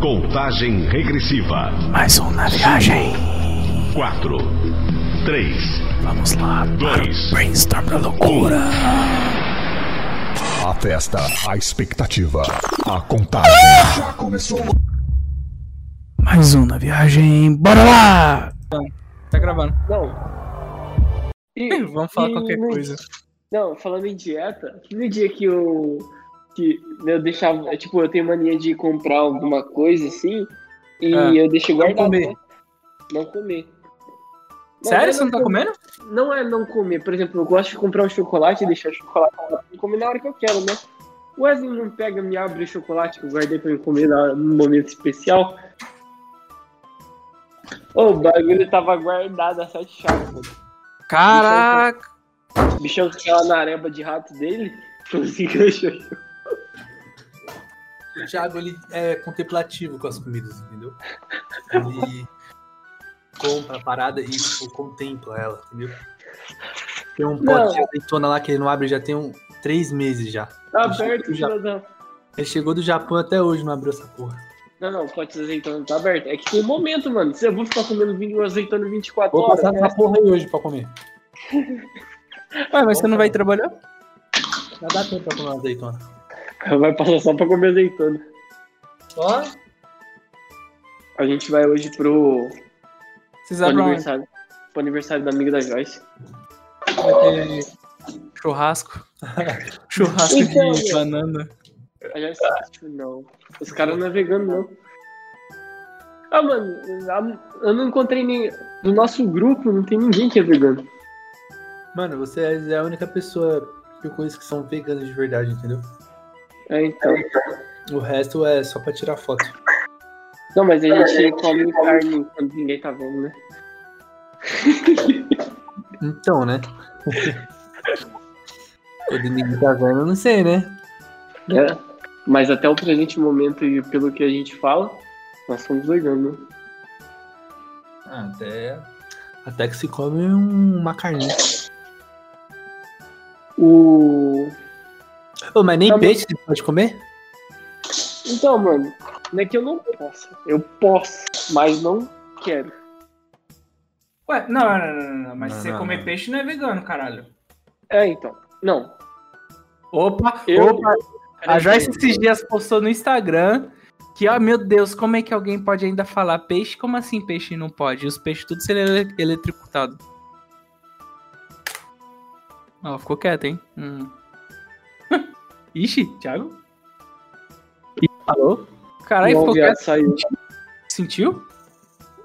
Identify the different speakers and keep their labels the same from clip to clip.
Speaker 1: Contagem regressiva.
Speaker 2: Mais um na viagem.
Speaker 1: 4, 3,
Speaker 2: Vamos lá. para
Speaker 1: Dois.
Speaker 2: o Brainstorm da
Speaker 3: Um.
Speaker 1: um.
Speaker 2: loucura.
Speaker 4: A festa, a expectativa, a contagem. Já começou.
Speaker 2: Mais um na viagem. Bora lá!
Speaker 3: Tá gravando.
Speaker 5: Não. E-
Speaker 3: Vamos falar
Speaker 5: e
Speaker 3: qualquer
Speaker 5: no-
Speaker 3: coisa.
Speaker 5: Não, falando em dieta, no dia que eu. que eu deixava. é, Tipo, eu tenho mania de comprar alguma coisa assim. E
Speaker 3: Ah,
Speaker 5: eu deixo guardado.
Speaker 3: comer.
Speaker 5: né? Não comer. Não,
Speaker 3: Sério?
Speaker 5: é
Speaker 3: Você não tá
Speaker 5: comer.
Speaker 3: comendo?
Speaker 5: Não é não comer. Por exemplo, eu gosto de comprar um chocolate e deixar o chocolate lá pra eu comer na hora que eu quero, né? O Wesley não pega, me abre o chocolate que eu guardei pra eu comer na, num momento especial. Ô, o bagulho tava guardado a sete chaves, mano.
Speaker 3: Caraca!
Speaker 5: O bichão que tava na areba de rato dele, conseguiu
Speaker 3: O Thiago, ele é contemplativo com as comidas, entendeu? Ele compra a parada e tipo, contempla ela, entendeu? Tem um
Speaker 5: Não.
Speaker 3: pote de azeitona lá que ele não abre já tem um, três meses já.
Speaker 5: Tá aberto,
Speaker 3: Já.
Speaker 5: filha da...
Speaker 3: Ele chegou do Japão até hoje não abriu essa porra.
Speaker 5: Não, não, o pote de azeitona tá aberto. É que tem momento, mano. Se eu vou ficar comendo vinho azeitona 24
Speaker 3: Vou
Speaker 5: horas,
Speaker 3: passar essa porra aí hoje pra comer.
Speaker 2: Ué, mas você não vai trabalhar?
Speaker 3: Já dá tempo pra comer uma azeitona.
Speaker 5: né? vai passar só pra comer azeitona.
Speaker 3: Ó,
Speaker 5: A gente vai hoje pro,
Speaker 3: vocês
Speaker 5: pro
Speaker 3: abrem uma-
Speaker 5: aniversário. Pro aniversário da amiga da Joyce.
Speaker 3: vai ter
Speaker 6: um
Speaker 3: churrasco. churrasco
Speaker 5: Então,
Speaker 3: de
Speaker 5: meu.
Speaker 3: banana.
Speaker 5: A Joyce, tipo, não. Os caras não é vegano, não. Ah, mano, a- eu não encontrei nem. Do nosso grupo, não tem ninguém que é vegano.
Speaker 3: Mano, você é a única pessoa que eu conheço que são veganas de verdade, entendeu?
Speaker 5: É, então.
Speaker 3: O resto é só pra tirar foto.
Speaker 5: Não, mas a gente come carne quando ninguém tá vendo, né?
Speaker 3: Então, né? Quando ninguém tá vendo, eu não sei, né?
Speaker 5: É, mas até o presente momento e pelo que a gente fala, nós somos veganos. né?
Speaker 3: Até. Até que se come um- uma carninha.
Speaker 5: O...
Speaker 3: Ô, mas nem
Speaker 5: Tá bom.
Speaker 3: peixe você pode comer?
Speaker 5: Então, mano, não é que eu não posso. Eu posso, mas não quero.
Speaker 6: Ué, não, não, não, não, não, mas
Speaker 3: Não,
Speaker 6: se você
Speaker 3: não,
Speaker 6: comer
Speaker 3: não.
Speaker 6: peixe não é vegano, caralho.
Speaker 5: É, então. Não.
Speaker 2: Opa,
Speaker 5: Eu-
Speaker 2: opa. A Joyce esses dias postou no Instagram que, ó, meu Deus, como é que alguém pode ainda falar peixe? Como assim peixe não pode? Os peixes tudo serem ele- eletrocutados. Ó, ficou quieto, hein? Hum. Ixi, Thiago? Ih, Alô? Caralho,
Speaker 5: o
Speaker 2: ficou
Speaker 5: viado
Speaker 2: quieto.
Speaker 5: saiu.
Speaker 2: Sentiu?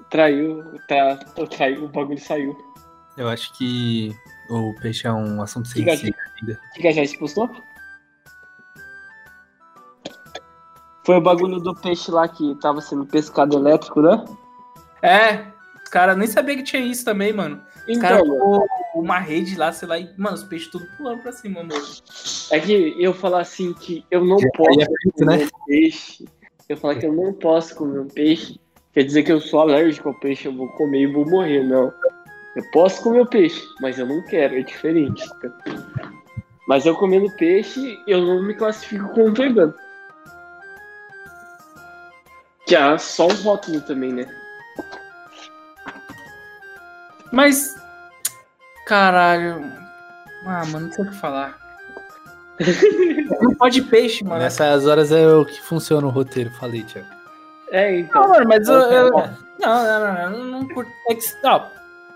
Speaker 5: Traiu, tra... traiu, o bagulho saiu.
Speaker 3: Eu acho que o peixe é um assunto
Speaker 5: Que gatinho.
Speaker 3: sensível ainda.
Speaker 5: O que que a Joyce postou? Foi o bagulho do peixe lá que tava sendo pescado elétrico, né?
Speaker 6: É, os caras nem sabia que tinha isso também, mano. Os
Speaker 5: Então,
Speaker 6: caras
Speaker 5: mano,
Speaker 6: colocou uma rede lá, sei lá, e, mano, os peixes tudo pulando pra cima, mano.
Speaker 5: É que eu falar assim que eu não
Speaker 3: Já
Speaker 5: posso
Speaker 3: estaria feito,
Speaker 5: comer
Speaker 3: né?
Speaker 5: peixe, eu falar que eu não posso comer um peixe, quer dizer que eu sou alérgico ao peixe, eu vou comer e vou morrer, não. Eu posso comer o peixe, mas eu não quero, é diferente. tá? Mas eu comendo peixe, eu não me classifico como vegano. Que é só um rótulo também, né?
Speaker 6: Mas. Caralho. Ah, mano, não sei o que falar. não pode peixe, mano.
Speaker 3: Nessas horas é o que funciona o roteiro, falei, Thiago.
Speaker 5: É,
Speaker 6: Não,
Speaker 5: então.
Speaker 6: mano, mas eu. eu- não, não, não, não, eu não curto. É que, ó,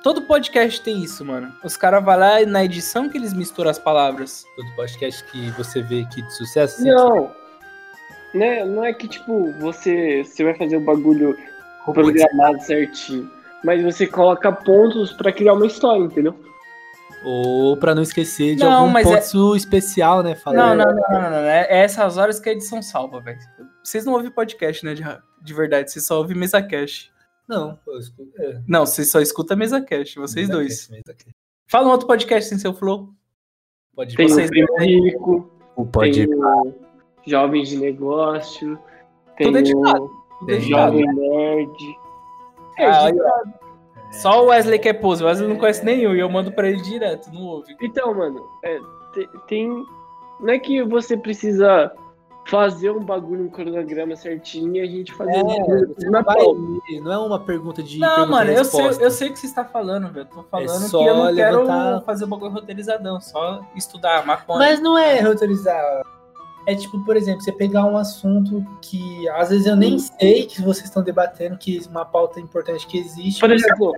Speaker 6: todo podcast tem isso, mano. Os caras vão lá e na edição que eles misturam as palavras.
Speaker 3: Todo podcast que você vê aqui de sucesso, assim, sempre
Speaker 5: Não. Né, não é que, tipo, você, você vai fazer o bagulho programado certinho. Mas você coloca pontos pra criar uma história, entendeu?
Speaker 6: Tipo
Speaker 3: Ou pra não esquecer de
Speaker 6: Não,
Speaker 3: algum
Speaker 6: mas é-
Speaker 3: ponto especial, né?
Speaker 6: Não,
Speaker 3: Falando.
Speaker 6: não, não, não, não, não. É é essas horas que a edição salva, velho. Vocês não ouvem podcast, né, de, de verdade. Vocês só ouvem mesa cash.
Speaker 3: Não, eu escuto- é,
Speaker 6: Não, vocês só escutam mesa cash, vocês
Speaker 3: mesa
Speaker 6: dois.
Speaker 3: cast, mesa cast.
Speaker 6: Fala um outro podcast sem seu flow.
Speaker 3: Pode
Speaker 5: Tem
Speaker 6: Vocês
Speaker 5: o Primo Rico,
Speaker 3: o pode
Speaker 5: tem o Jovens de Negócio, tem
Speaker 6: Tudo editado,
Speaker 5: o
Speaker 6: Tudo
Speaker 3: Tem.
Speaker 6: editado.
Speaker 5: Jovem Nerd. É,
Speaker 6: Ah,
Speaker 5: gente,
Speaker 6: Só o Wesley que é pose. O Wesley não conhece nenhum e eu mando pra ele direto, não ouve.
Speaker 5: Então, mano, é, te- tem... Não é que você precisa fazer um bagulho, um cronograma certinho e a gente fazer.
Speaker 3: É,
Speaker 5: um- uma
Speaker 3: vai-
Speaker 5: pauta.
Speaker 3: não é uma pergunta de.
Speaker 6: Não,
Speaker 3: pergunta e
Speaker 6: mano, eu sei,
Speaker 3: resposta.
Speaker 6: eu sei o que você está falando, velho. Tô falando
Speaker 3: É só
Speaker 6: que eu não quero
Speaker 3: levantar-
Speaker 6: fazer o bagulho roteirizadão, só estudar maconha.
Speaker 7: Mas não é roteirizar. É tipo, por exemplo, você pegar um assunto que às vezes eu nem sei que vocês estão debatendo, que uma pauta importante que existe.
Speaker 5: Por exemplo,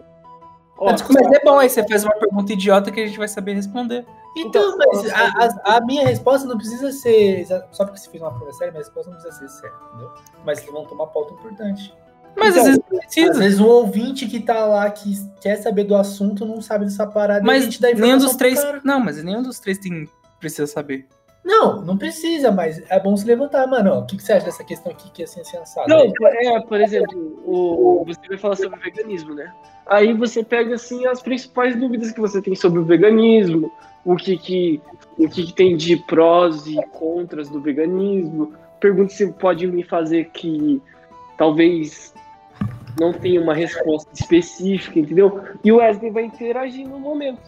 Speaker 5: ó,
Speaker 6: Mas, mas é bom, aí você faz uma pergunta idiota que a gente vai saber responder.
Speaker 7: Então, mas a, a- a minha resposta não precisa ser. exa- Só porque você fez uma pergunta séria, minha resposta não precisa ser certa, entendeu? Mas levantou uma pauta importante.
Speaker 6: Mas
Speaker 7: Então,
Speaker 6: às vezes não
Speaker 7: Às
Speaker 6: precisa.
Speaker 7: vezes o ouvinte que tá lá, que quer saber do assunto, não sabe dessa parada. e a
Speaker 6: Mas
Speaker 7: gente dá
Speaker 6: nenhum
Speaker 7: informação
Speaker 6: dos
Speaker 7: pro
Speaker 6: três.
Speaker 7: cara.
Speaker 6: Não, mas nenhum dos três tem, precisa saber.
Speaker 7: Não, não precisa, mas é bom se levantar, mano. ó, O que, que você acha dessa questão aqui que é assim, assim, assado?
Speaker 5: Não, por- é, por exemplo, o, você vai falar sobre veganismo, né? Aí você pega assim as principais dúvidas que você tem sobre o veganismo, o que que, o que, que tem de prós e contras do veganismo. Pergunta se pode me fazer que talvez não tenha uma resposta específica, entendeu? E o Wesley vai interagir no momento.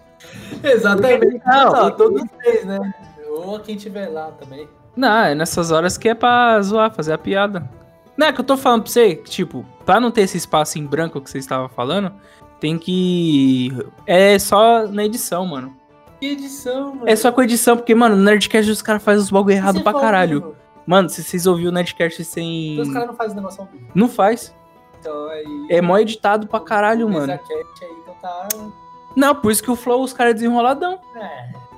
Speaker 3: Exatamente.
Speaker 6: Não,
Speaker 3: Não, todos três, né? Ou quem tiver lá também.
Speaker 6: Não, é nessas horas que é pra zoar, fazer a piada. Não é que eu tô falando pra você, que, tipo, pra não ter esse espaço em branco que você estava falando, tem que. É só na edição, mano.
Speaker 3: Que edição, mano.
Speaker 6: É só com edição, porque, mano, no Nerdcast os caras fazem os bagulho
Speaker 3: Você
Speaker 6: errado pra
Speaker 3: fala,
Speaker 6: caralho.
Speaker 3: mano,
Speaker 6: Mano, se vocês ouviram o Nerdcast sem.
Speaker 3: Então os caras não fazem negócio ao vivo.
Speaker 6: Não faz.
Speaker 3: Então aí.
Speaker 6: É mó editado pra caralho,
Speaker 3: Essa
Speaker 6: mano.
Speaker 3: cat aí, então tá.
Speaker 6: Não, por isso que o Flow os caras é desenroladão.
Speaker 3: É.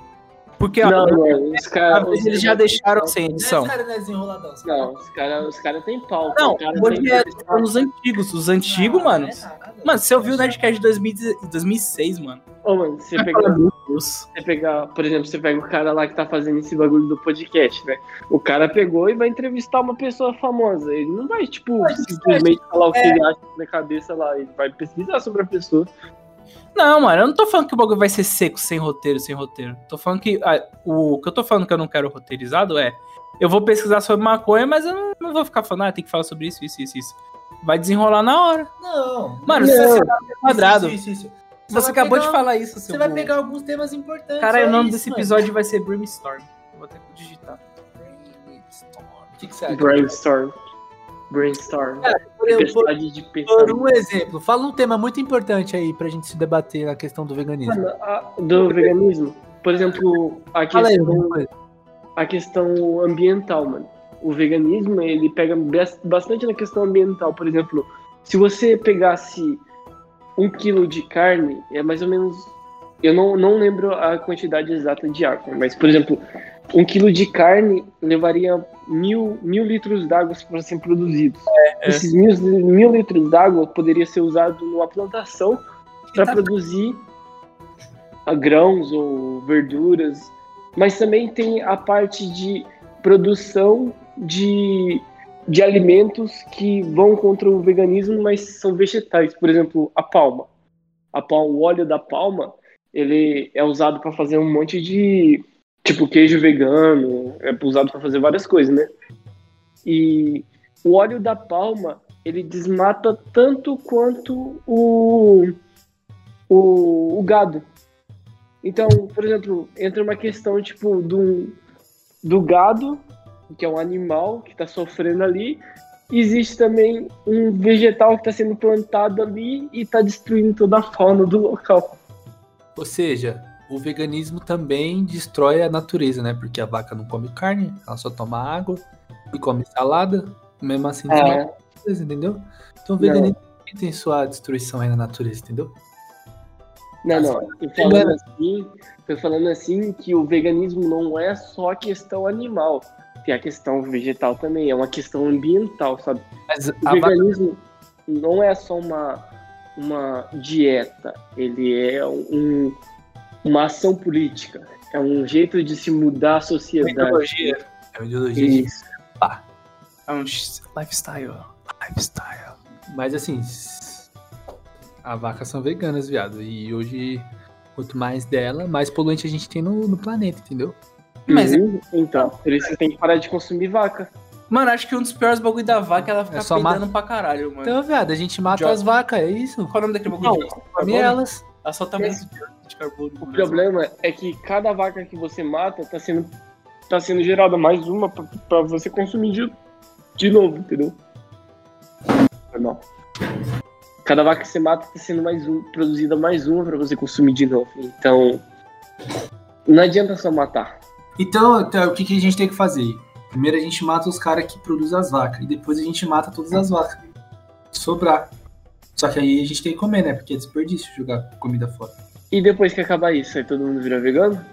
Speaker 6: Porque, ó,
Speaker 5: Não, mano, os caras.
Speaker 6: eles já deixaram sem edição.
Speaker 3: Esse cara não é desenroladão. esse
Speaker 5: Não, os caras os cara têm pau.
Speaker 6: Não,
Speaker 5: os cara
Speaker 6: hoje
Speaker 5: tem-
Speaker 6: é os antigos. Os antigos,
Speaker 7: Ah,
Speaker 6: mano.
Speaker 7: não é nada.
Speaker 6: Mano, você
Speaker 7: é
Speaker 6: ouviu o Nerdcast de 2000 2006, mano.
Speaker 5: Ô, mano, você pegar, você pegar, por exemplo, você pega o cara lá que tá fazendo esse bagulho do podcast, né? O cara pegou e vai entrevistar uma pessoa famosa. Ele não vai, tipo, simplesmente falar o
Speaker 3: É.
Speaker 5: que ele acha na cabeça lá. Ele vai pesquisar sobre a pessoa.
Speaker 6: Não, mano, eu não tô falando que o bagulho vai ser seco, sem roteiro, sem roteiro. Tô falando que. ah, o que eu tô falando que eu não quero roteirizado é. Eu vou pesquisar sobre maconha, mas eu não, não vou ficar falando, ah, tem que falar sobre isso, isso, isso, isso. Vai desenrolar na hora.
Speaker 7: Não.
Speaker 6: Mano,
Speaker 7: não.
Speaker 6: se você tá no quadrado.
Speaker 7: Isso, isso, isso. Você
Speaker 6: Você
Speaker 7: vai
Speaker 6: acabou
Speaker 7: pegar
Speaker 6: de
Speaker 7: uma-
Speaker 6: falar isso, seu
Speaker 7: Você vai
Speaker 6: burro.
Speaker 7: pegar alguns temas importantes.
Speaker 6: Caralho,
Speaker 7: só
Speaker 6: o nome
Speaker 7: isso,
Speaker 6: desse
Speaker 7: mano.
Speaker 6: episódio vai ser Brainstorm. Vou até digitar.
Speaker 3: O que, que você acha?
Speaker 5: Brainstorm. Brainstorm.
Speaker 3: Por, por-
Speaker 5: Tempestade de
Speaker 3: por
Speaker 5: pensamento.
Speaker 3: um exemplo, fala um tema muito importante aí pra gente se debater na questão do veganismo.
Speaker 5: Mano, a- Do veganismo. Por exemplo, a
Speaker 3: um- Fala aí,
Speaker 5: questão
Speaker 3: alguma é um coisa.
Speaker 5: a questão ambiental, mano. O veganismo, ele pega bas- bastante na questão ambiental. Por exemplo, se você pegasse um quilo de carne, é mais ou menos... Eu não, não lembro a quantidade exata de água, mas, por exemplo, um quilo de carne levaria mil, mil litros d'água para serem produzidos. Esses mil, mil litros d'água poderia ser usado numa plantação para produzir ah, grãos ou verduras mas também tem a parte de produção de, de alimentos que vão contra o veganismo, mas são vegetais. Por exemplo, a palma. A palma o óleo da palma ele é usado para fazer um monte de tipo queijo vegano, é usado para fazer várias coisas, né? E o óleo da palma ele desmata tanto quanto o, o, o gado. Então, por exemplo, entra uma questão tipo do, do gado, que é um animal que está sofrendo ali. Existe também um vegetal que está sendo plantado ali e está destruindo toda a fauna do local.
Speaker 3: Ou seja, o veganismo também destrói a natureza, né? Porque a vaca não come carne, ela só toma água e come salada. Mesmo assim, não
Speaker 5: É.
Speaker 3: natureza, entendeu? Então o veganismo também tem sua destruição aí na natureza, entendeu?
Speaker 5: Não, não. Tô falando assim, tô falando assim que o veganismo não é só a questão animal, tem a questão vegetal também, é uma questão ambiental, sabe?
Speaker 3: Mas
Speaker 5: O
Speaker 3: a vaca
Speaker 5: veganismo não é só uma, uma dieta, ele é um, uma ação política, é um jeito de se mudar a sociedade.
Speaker 6: Metodologia.
Speaker 3: é uma ideologia de
Speaker 5: Isso.
Speaker 6: É um lifestyle. Lifestyle.
Speaker 3: Mas assim, s- a vaca são veganas, viado. E hoje, quanto mais dela, mais poluente a gente tem no, no planeta, entendeu?
Speaker 6: Mas-
Speaker 5: Uhum. Então, por isso que tem que parar de consumir vaca.
Speaker 6: Mano, acho que um dos piores bagulho da vaca é ela ficar
Speaker 3: só
Speaker 6: peidando pra caralho, mano.
Speaker 3: Então, viado, a gente mata
Speaker 6: Idiota.
Speaker 3: as vacas, é isso?
Speaker 6: Qual é o nome daquele bagulho? de
Speaker 3: Come
Speaker 6: carbono?
Speaker 3: elas.
Speaker 7: é
Speaker 6: Ela só tá muito de carbono.
Speaker 5: O problema é que cada vaca que você mata está sendo tá sendo gerada mais uma pra, pra você consumir de, de novo, entendeu? Foi mal. Cada vaca que você mata tá sendo mais um, produzida mais uma pra você consumir de novo. Então, não adianta só matar.
Speaker 8: Então, então, o que, que a gente tem que fazer? Primeiro a gente mata os caras que produzem as vacas. E depois a gente mata todas as vacas. Sobrar. Só que aí a gente tem que comer, né? Porque é desperdício jogar comida fora.
Speaker 5: E depois que acabar isso, aí todo mundo vira vegano?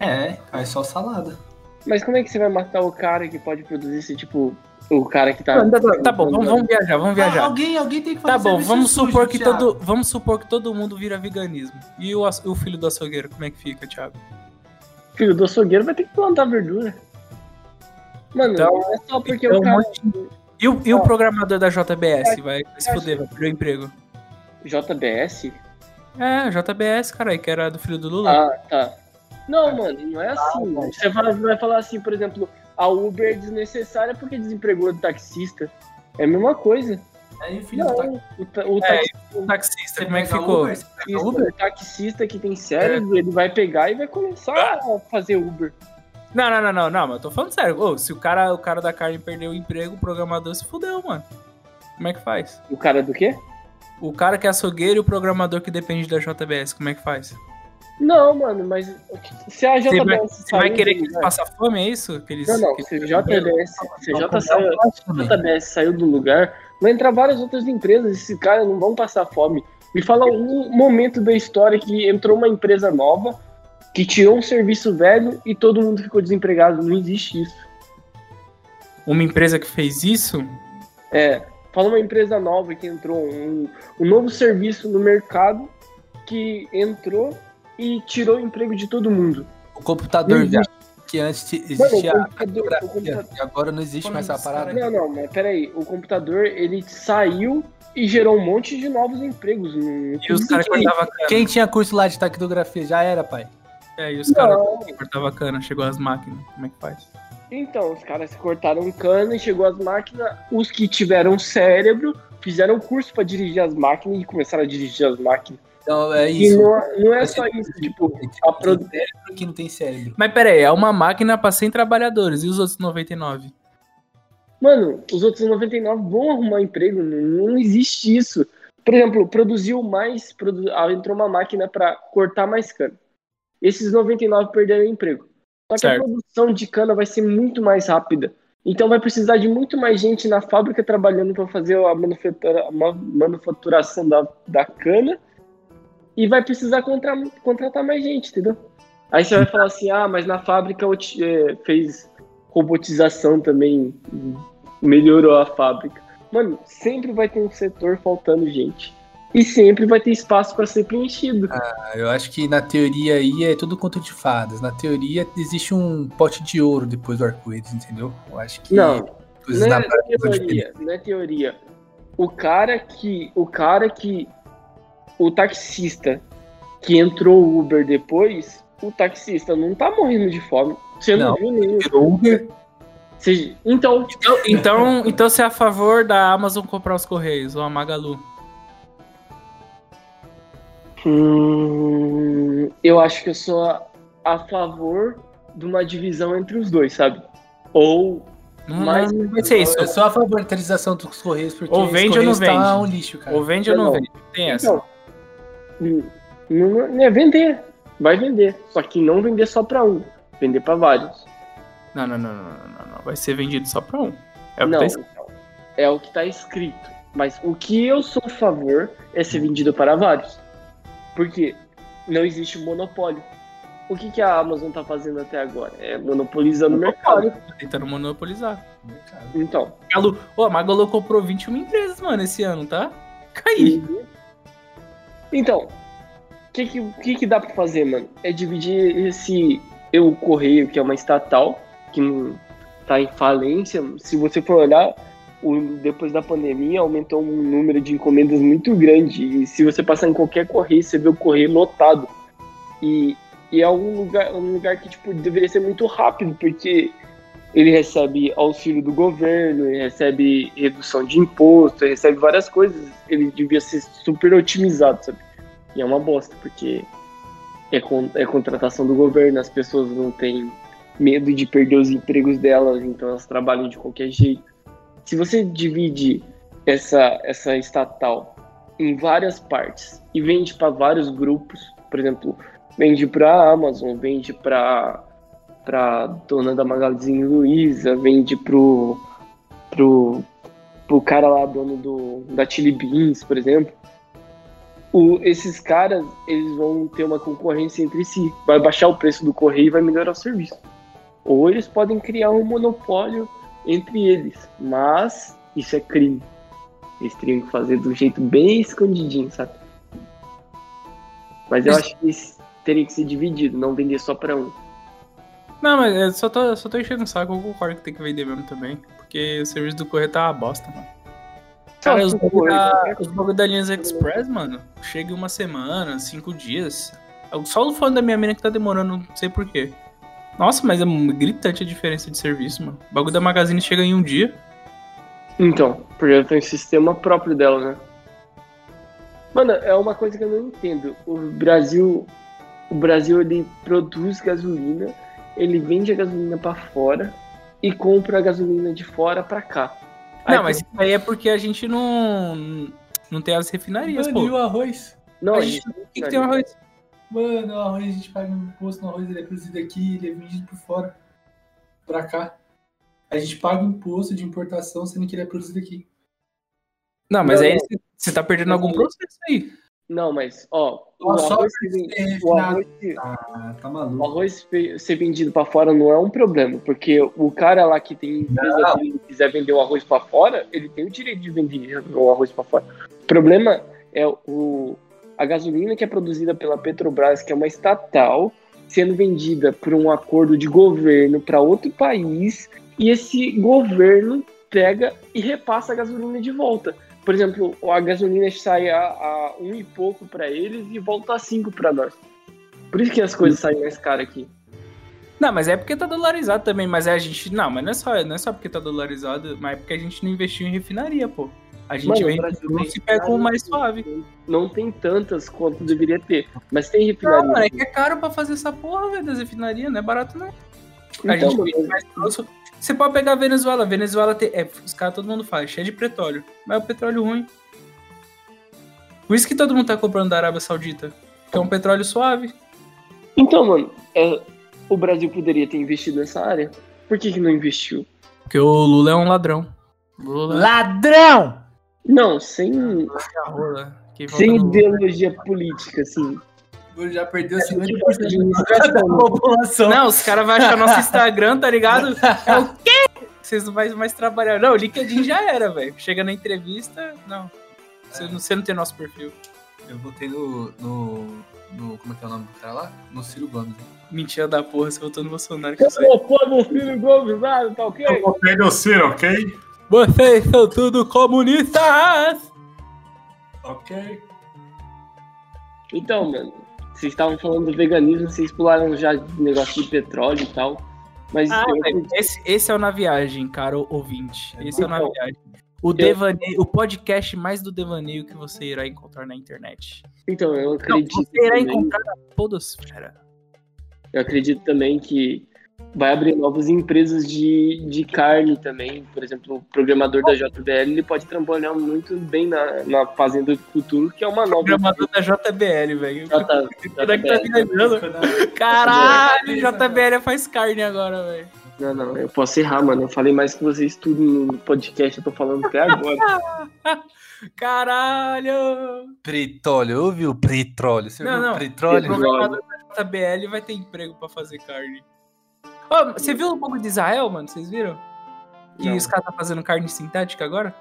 Speaker 8: É, aí só salada.
Speaker 5: Mas como é que você vai matar o cara que pode produzir esse tipo. O cara que tá.
Speaker 6: Tá, bom, vamos, vamos viajar, vamos
Speaker 8: Ah,
Speaker 6: viajar.
Speaker 8: alguém, alguém tem que fazer
Speaker 6: Tá bom,
Speaker 8: serviço
Speaker 6: vamos
Speaker 8: sujo,
Speaker 6: supor que
Speaker 8: Thiago.
Speaker 6: todo, vamos supor que todo mundo vira veganismo. E o, aç- o filho do açougueiro, como é que fica, Thiago?
Speaker 5: Filho do açougueiro vai ter que plantar verdura. Mano,
Speaker 6: Então-
Speaker 5: é só porque
Speaker 6: então
Speaker 5: o cara. É,
Speaker 6: E o, e o programador da JBS vai vai se fuder, vai perder o emprego.
Speaker 5: JBS?
Speaker 6: É, JBS, caralho, que era do filho do Lula.
Speaker 5: Ah, tá. Não, mano, não
Speaker 6: Ah,
Speaker 5: é assim. Você vai, vai falar assim, por exemplo, a Uber é desnecessária porque desempregou o taxista. É a mesma coisa.
Speaker 8: Aí o filho tá-
Speaker 5: Não,
Speaker 8: do taxista
Speaker 5: o, ta- o
Speaker 6: É,
Speaker 5: taxista,
Speaker 6: O taxista, como é que
Speaker 8: pega
Speaker 6: ficou?
Speaker 8: Uber, você pega Uber.
Speaker 5: o taxista que tem
Speaker 6: É.
Speaker 5: cérebro, ele vai pegar e vai começar
Speaker 6: Ah!
Speaker 5: a fazer Uber.
Speaker 6: Não, não, não, não, não, mas eu tô falando sério. Ô, se o cara, o cara da carne perdeu o emprego, o programador se fudeu, mano. Como é que faz?
Speaker 5: O cara do quê?
Speaker 6: O cara que é açougueiro e o programador que depende da JBS, como é que faz?
Speaker 5: Não, mano, mas se a
Speaker 6: Você vai,
Speaker 5: JBS
Speaker 6: você vai
Speaker 5: saiu
Speaker 6: querer
Speaker 5: do
Speaker 6: que eles
Speaker 5: lugar-
Speaker 6: passem fome, é isso? Que eles,
Speaker 5: né? Não, não,
Speaker 6: que-
Speaker 5: se o JBS, se a J
Speaker 8: comprar
Speaker 5: saiu,
Speaker 8: também.
Speaker 5: JBS saiu do lugar, vai entrar várias outras empresas, esses caras não vão passar fome. Me fala um momento da história que entrou uma empresa nova, que tirou um serviço velho e todo mundo ficou desempregado. Não existe isso.
Speaker 6: Uma empresa que fez isso?
Speaker 5: É, fala uma empresa nova que entrou, um, um novo serviço no mercado que entrou e tirou o emprego de todo mundo.
Speaker 8: O computador,
Speaker 5: Não
Speaker 8: viado. Que antes te-
Speaker 5: Mano, o
Speaker 8: existia.
Speaker 5: computador, o computador-
Speaker 8: E agora não existe mais essa parada.
Speaker 5: Não, não, mas peraí. O computador, ele saiu e gerou um monte de novos empregos. Não,
Speaker 6: E os caras cortavam a cana.
Speaker 8: Quem tinha curso lá de taquidografia já era, pai.
Speaker 6: É, e os caras cortavam a cana, chegou as máquinas, como é que faz?
Speaker 5: Então, os caras cortaram cana e chegou as máquinas. Os que tiveram cérebro fizeram um curso pra dirigir as máquinas e começaram a dirigir as máquinas.
Speaker 8: Então é
Speaker 5: E
Speaker 8: isso.
Speaker 5: não, não é só isso, tipo, a
Speaker 8: Quem
Speaker 5: produ...
Speaker 8: tem cérebro que não tem cérebro.
Speaker 6: Mas pera aí, é uma máquina pra 100 trabalhadores, e os outros 99?
Speaker 5: Mano, os outros 99 vão arrumar emprego, não, não existe isso. Por exemplo, produziu mais, produ... ah, entrou uma máquina pra cortar mais cana. Esses 99 perderam o emprego. Só que
Speaker 6: Certo.
Speaker 5: a produção de cana vai ser muito mais rápida. Então vai precisar de muito mais gente na fábrica trabalhando pra fazer a, manufatura... a ma- manufaturação da, da cana. E vai precisar contra... contratar mais gente, entendeu? Aí você vai falar assim, ah, mas na fábrica oti- eh, fez robotização também melhorou a fábrica. Mano, sempre vai ter um setor faltando gente. E sempre vai ter espaço para ser preenchido.
Speaker 8: Ah, Eu acho que na teoria aí é tudo conto de fadas. Na teoria existe um pote de ouro depois do arco-íris, entendeu? Eu acho que
Speaker 5: não,
Speaker 8: coisas
Speaker 6: né?
Speaker 5: não
Speaker 8: na
Speaker 5: é
Speaker 8: prática são diferentes.
Speaker 5: teoria, não é teoria. O cara que. O cara que. O taxista que entrou o Uber depois, o taxista não tá morrendo de fome. Você não,
Speaker 8: Não.
Speaker 5: viu nenhum.
Speaker 8: Virou Uber?
Speaker 5: Você- então,
Speaker 6: Então, então, então você é a favor da Amazon comprar os Correios, ou a Magalu?
Speaker 5: Hum, eu acho que eu sou a, a favor de uma divisão entre os dois, sabe? Ou
Speaker 6: Não,
Speaker 5: Mas-
Speaker 6: não vai ser isso.
Speaker 8: Eu sou a favor da terceirização dos Correios, porque
Speaker 6: Ou
Speaker 8: os
Speaker 6: vende ou não
Speaker 8: Correios tá
Speaker 6: vende.
Speaker 8: um lixo, cara.
Speaker 6: Ou vende ou não
Speaker 5: Não.
Speaker 6: vende. Tem essa.
Speaker 5: Então, hum, não, não é vender, vai vender. Só que não vender só pra um, vender pra vários.
Speaker 6: Não, não, não, não, não, não, não. Vai ser vendido só pra um. É o que
Speaker 5: não,
Speaker 6: tá escrito.
Speaker 5: é o que tá escrito. Mas o que eu sou a favor é ser vendido para vários. Porque não existe monopólio. O que, que a Amazon tá fazendo até agora? É monopolizando o mercado.
Speaker 6: tentando monopolizar.
Speaker 5: Então,
Speaker 6: Magalu, Ô, a Magalu comprou 21 empresas, mano, esse ano, tá? Caiu.
Speaker 5: Então, o que, que, que que dá pra fazer, mano? É dividir esse Eu Correio, que é uma estatal, que não tá em falência. Se você for olhar, o- depois da pandemia aumentou um número de encomendas muito grande. E se você passar em qualquer correio, você vê o correio lotado. E, e é um lugar, um lugar que tipo, deveria ser muito rápido, porque ele recebe auxílio do governo, ele recebe redução de imposto, ele recebe várias coisas. Ele devia ser super otimizado, sabe? E é uma bosta, porque é, con- é contratação do governo, as pessoas não têm medo de perder os empregos delas, então elas trabalham de qualquer jeito. Se você divide essa, essa estatal em várias partes e vende para vários grupos, por exemplo, vende para Amazon, vende para para dona da Magazine Luiza, vende pro pro pro cara lá dono do da Chili Beans, por exemplo. O, esses caras, eles vão ter uma concorrência entre si. Vai baixar o preço do correio e vai melhorar o serviço. Ou eles podem criar um monopólio entre eles, mas isso é crime. Eles teriam que fazer do jeito bem escondidinho, sabe? Mas eu acho que eles teriam que ser dividido, não vender só para um.
Speaker 6: Não, mas eu só tô, eu só tô enchendo o saco, eu concordo que tem que vender mesmo também. Porque o serviço do correio tá uma bosta, mano. Cara, os bagulho da, os bagulho da Linhas Express, mano, chega em uma semana, cinco dias. Só o fone da minha mina que tá demorando, não sei porquê. Nossa, mas é gritante a diferença de serviço, mano. O bagulho da Magazine chega em um dia.
Speaker 5: Então, porque ela tem um sistema próprio dela, né? Mano, é uma coisa que eu não entendo. O Brasil, o Brasil ele produz gasolina, ele vende a gasolina para fora e compra a gasolina de fora para cá.
Speaker 6: Aí não, mas isso aí é porque a gente não não tem as refinarias,
Speaker 9: Mano, e
Speaker 6: pô.
Speaker 9: o arroz?
Speaker 5: Não,
Speaker 6: A
Speaker 5: a
Speaker 6: gente
Speaker 5: gente
Speaker 6: O que, que tem um arroz?
Speaker 9: Mano, o arroz, a gente paga um imposto no arroz, ele é produzido aqui, ele é vendido por fora, pra cá. A gente paga imposto de importação, sendo que ele é produzido aqui.
Speaker 6: Não, mas
Speaker 5: Não,
Speaker 6: aí você- você tá perdendo
Speaker 5: Não,
Speaker 6: algum
Speaker 5: não.
Speaker 6: processo aí.
Speaker 5: Não, mas, ó, o
Speaker 9: Ó, só
Speaker 5: arroz, que vem-
Speaker 8: É,
Speaker 9: ser
Speaker 5: o arroz que-
Speaker 9: Ah, tá
Speaker 5: o
Speaker 9: maluco.
Speaker 5: arroz fe- ser vendido para fora não é um problema, porque o cara lá que tem empresa que quiser vender o arroz para fora, ele tem o direito de vender o arroz para fora. O problema é o, a gasolina que é produzida pela Petrobras, que é uma estatal, sendo vendida por um acordo de governo para outro país, e esse governo pega e repassa a gasolina de volta. Por exemplo, a gasolina sai a, a um e pouco para eles e volta a cinco para nós. Por isso que as coisas saem mais caras aqui.
Speaker 6: Não, mas é porque tá dolarizado também, mas é a gente. Não, mas não é só, não é só porque tá dolarizado, mas é porque a gente não investiu em refinaria, pô. A gente
Speaker 5: Mano,
Speaker 6: vem
Speaker 5: o Brasil
Speaker 6: não
Speaker 5: tem
Speaker 6: se pega o mais suave.
Speaker 5: Não tem tantas quanto deveria ter, mas tem
Speaker 6: Não,
Speaker 5: refinaria.
Speaker 6: mano, é que é caro pra fazer essa porra, velho, das refinarias, não é barato não. A
Speaker 5: Então,
Speaker 6: gente
Speaker 5: mano,
Speaker 6: vende mais grosso. Você pode pegar a Venezuela, a Venezuela tem. É, os caras todo mundo faz, cheio de petróleo. Mas é o petróleo ruim. Por isso que todo mundo tá comprando da Arábia Saudita. Que é um petróleo suave.
Speaker 5: então, mano, é, o Brasil poderia ter investido nessa área. Por que, que não investiu?
Speaker 6: Porque o Lula é um ladrão. Lula
Speaker 9: Ladrão!
Speaker 5: Não, sem,
Speaker 6: é rola. Quem vota
Speaker 5: sem
Speaker 6: no Lula.
Speaker 5: ideologia política, assim. Tipo
Speaker 8: Ele já perdeu
Speaker 5: É,
Speaker 8: 50% de
Speaker 5: Administração.
Speaker 8: população.
Speaker 6: Não, os caras vão achar nosso Instagram, tá ligado? É o quê? Vocês não vão mais trabalhar. Não, o LinkedIn já era, velho. Chega na entrevista, não. Você, não. você não tem nosso perfil.
Speaker 8: Eu botei no, no, no- Como é que é o nome do cara lá? No Ciro Gomes.
Speaker 6: Mentira da porra, você votou no Bolsonaro. Que eu sei.
Speaker 5: Ô, Pô, meu filho Gomes, ah, tá ok?
Speaker 10: votei no Ciro, ok?
Speaker 6: Vocês são tudo comunistas!
Speaker 10: Ok.
Speaker 5: Então, mano, vocês estavam falando do veganismo, vocês pularam já do negócio de petróleo e tal. Mas
Speaker 6: Ah,
Speaker 5: eu-
Speaker 6: velho, esse, esse é o Na Viagem, cara, o- ouvinte. Esse é o Na
Speaker 5: Então,
Speaker 6: Viagem. O, devaneio, o podcast mais do devaneio que você irá encontrar na internet.
Speaker 5: então, eu
Speaker 6: Não,
Speaker 5: acredito.
Speaker 6: você irá
Speaker 5: também-
Speaker 6: encontrar na podosfera.
Speaker 5: Eu acredito também que vai abrir novas empresas de, de carne também. Por exemplo, o programador da JBL ele pode trabalhar muito bem na, na Fazenda do Futuro, que é uma nova.
Speaker 6: Programador da JBL, velho.
Speaker 5: J-
Speaker 6: Será que tá
Speaker 5: JBL.
Speaker 6: viajando? Caralho, JBL faz carne agora, velho.
Speaker 5: Não, não, eu posso errar, mano. Eu falei mais que vocês tudo no podcast, eu tô falando até agora.
Speaker 6: Caralho!
Speaker 3: Petróleo, ouviu? Petróleo. Você
Speaker 6: Não,
Speaker 3: ouviu
Speaker 6: não. O
Speaker 3: Petróleo?
Speaker 6: programador da JBL vai ter emprego pra fazer carne. Ô, você viu um pouco de Israel, mano? Vocês viram? Que
Speaker 5: Não.
Speaker 6: os caras tá fazendo carne sintética agora?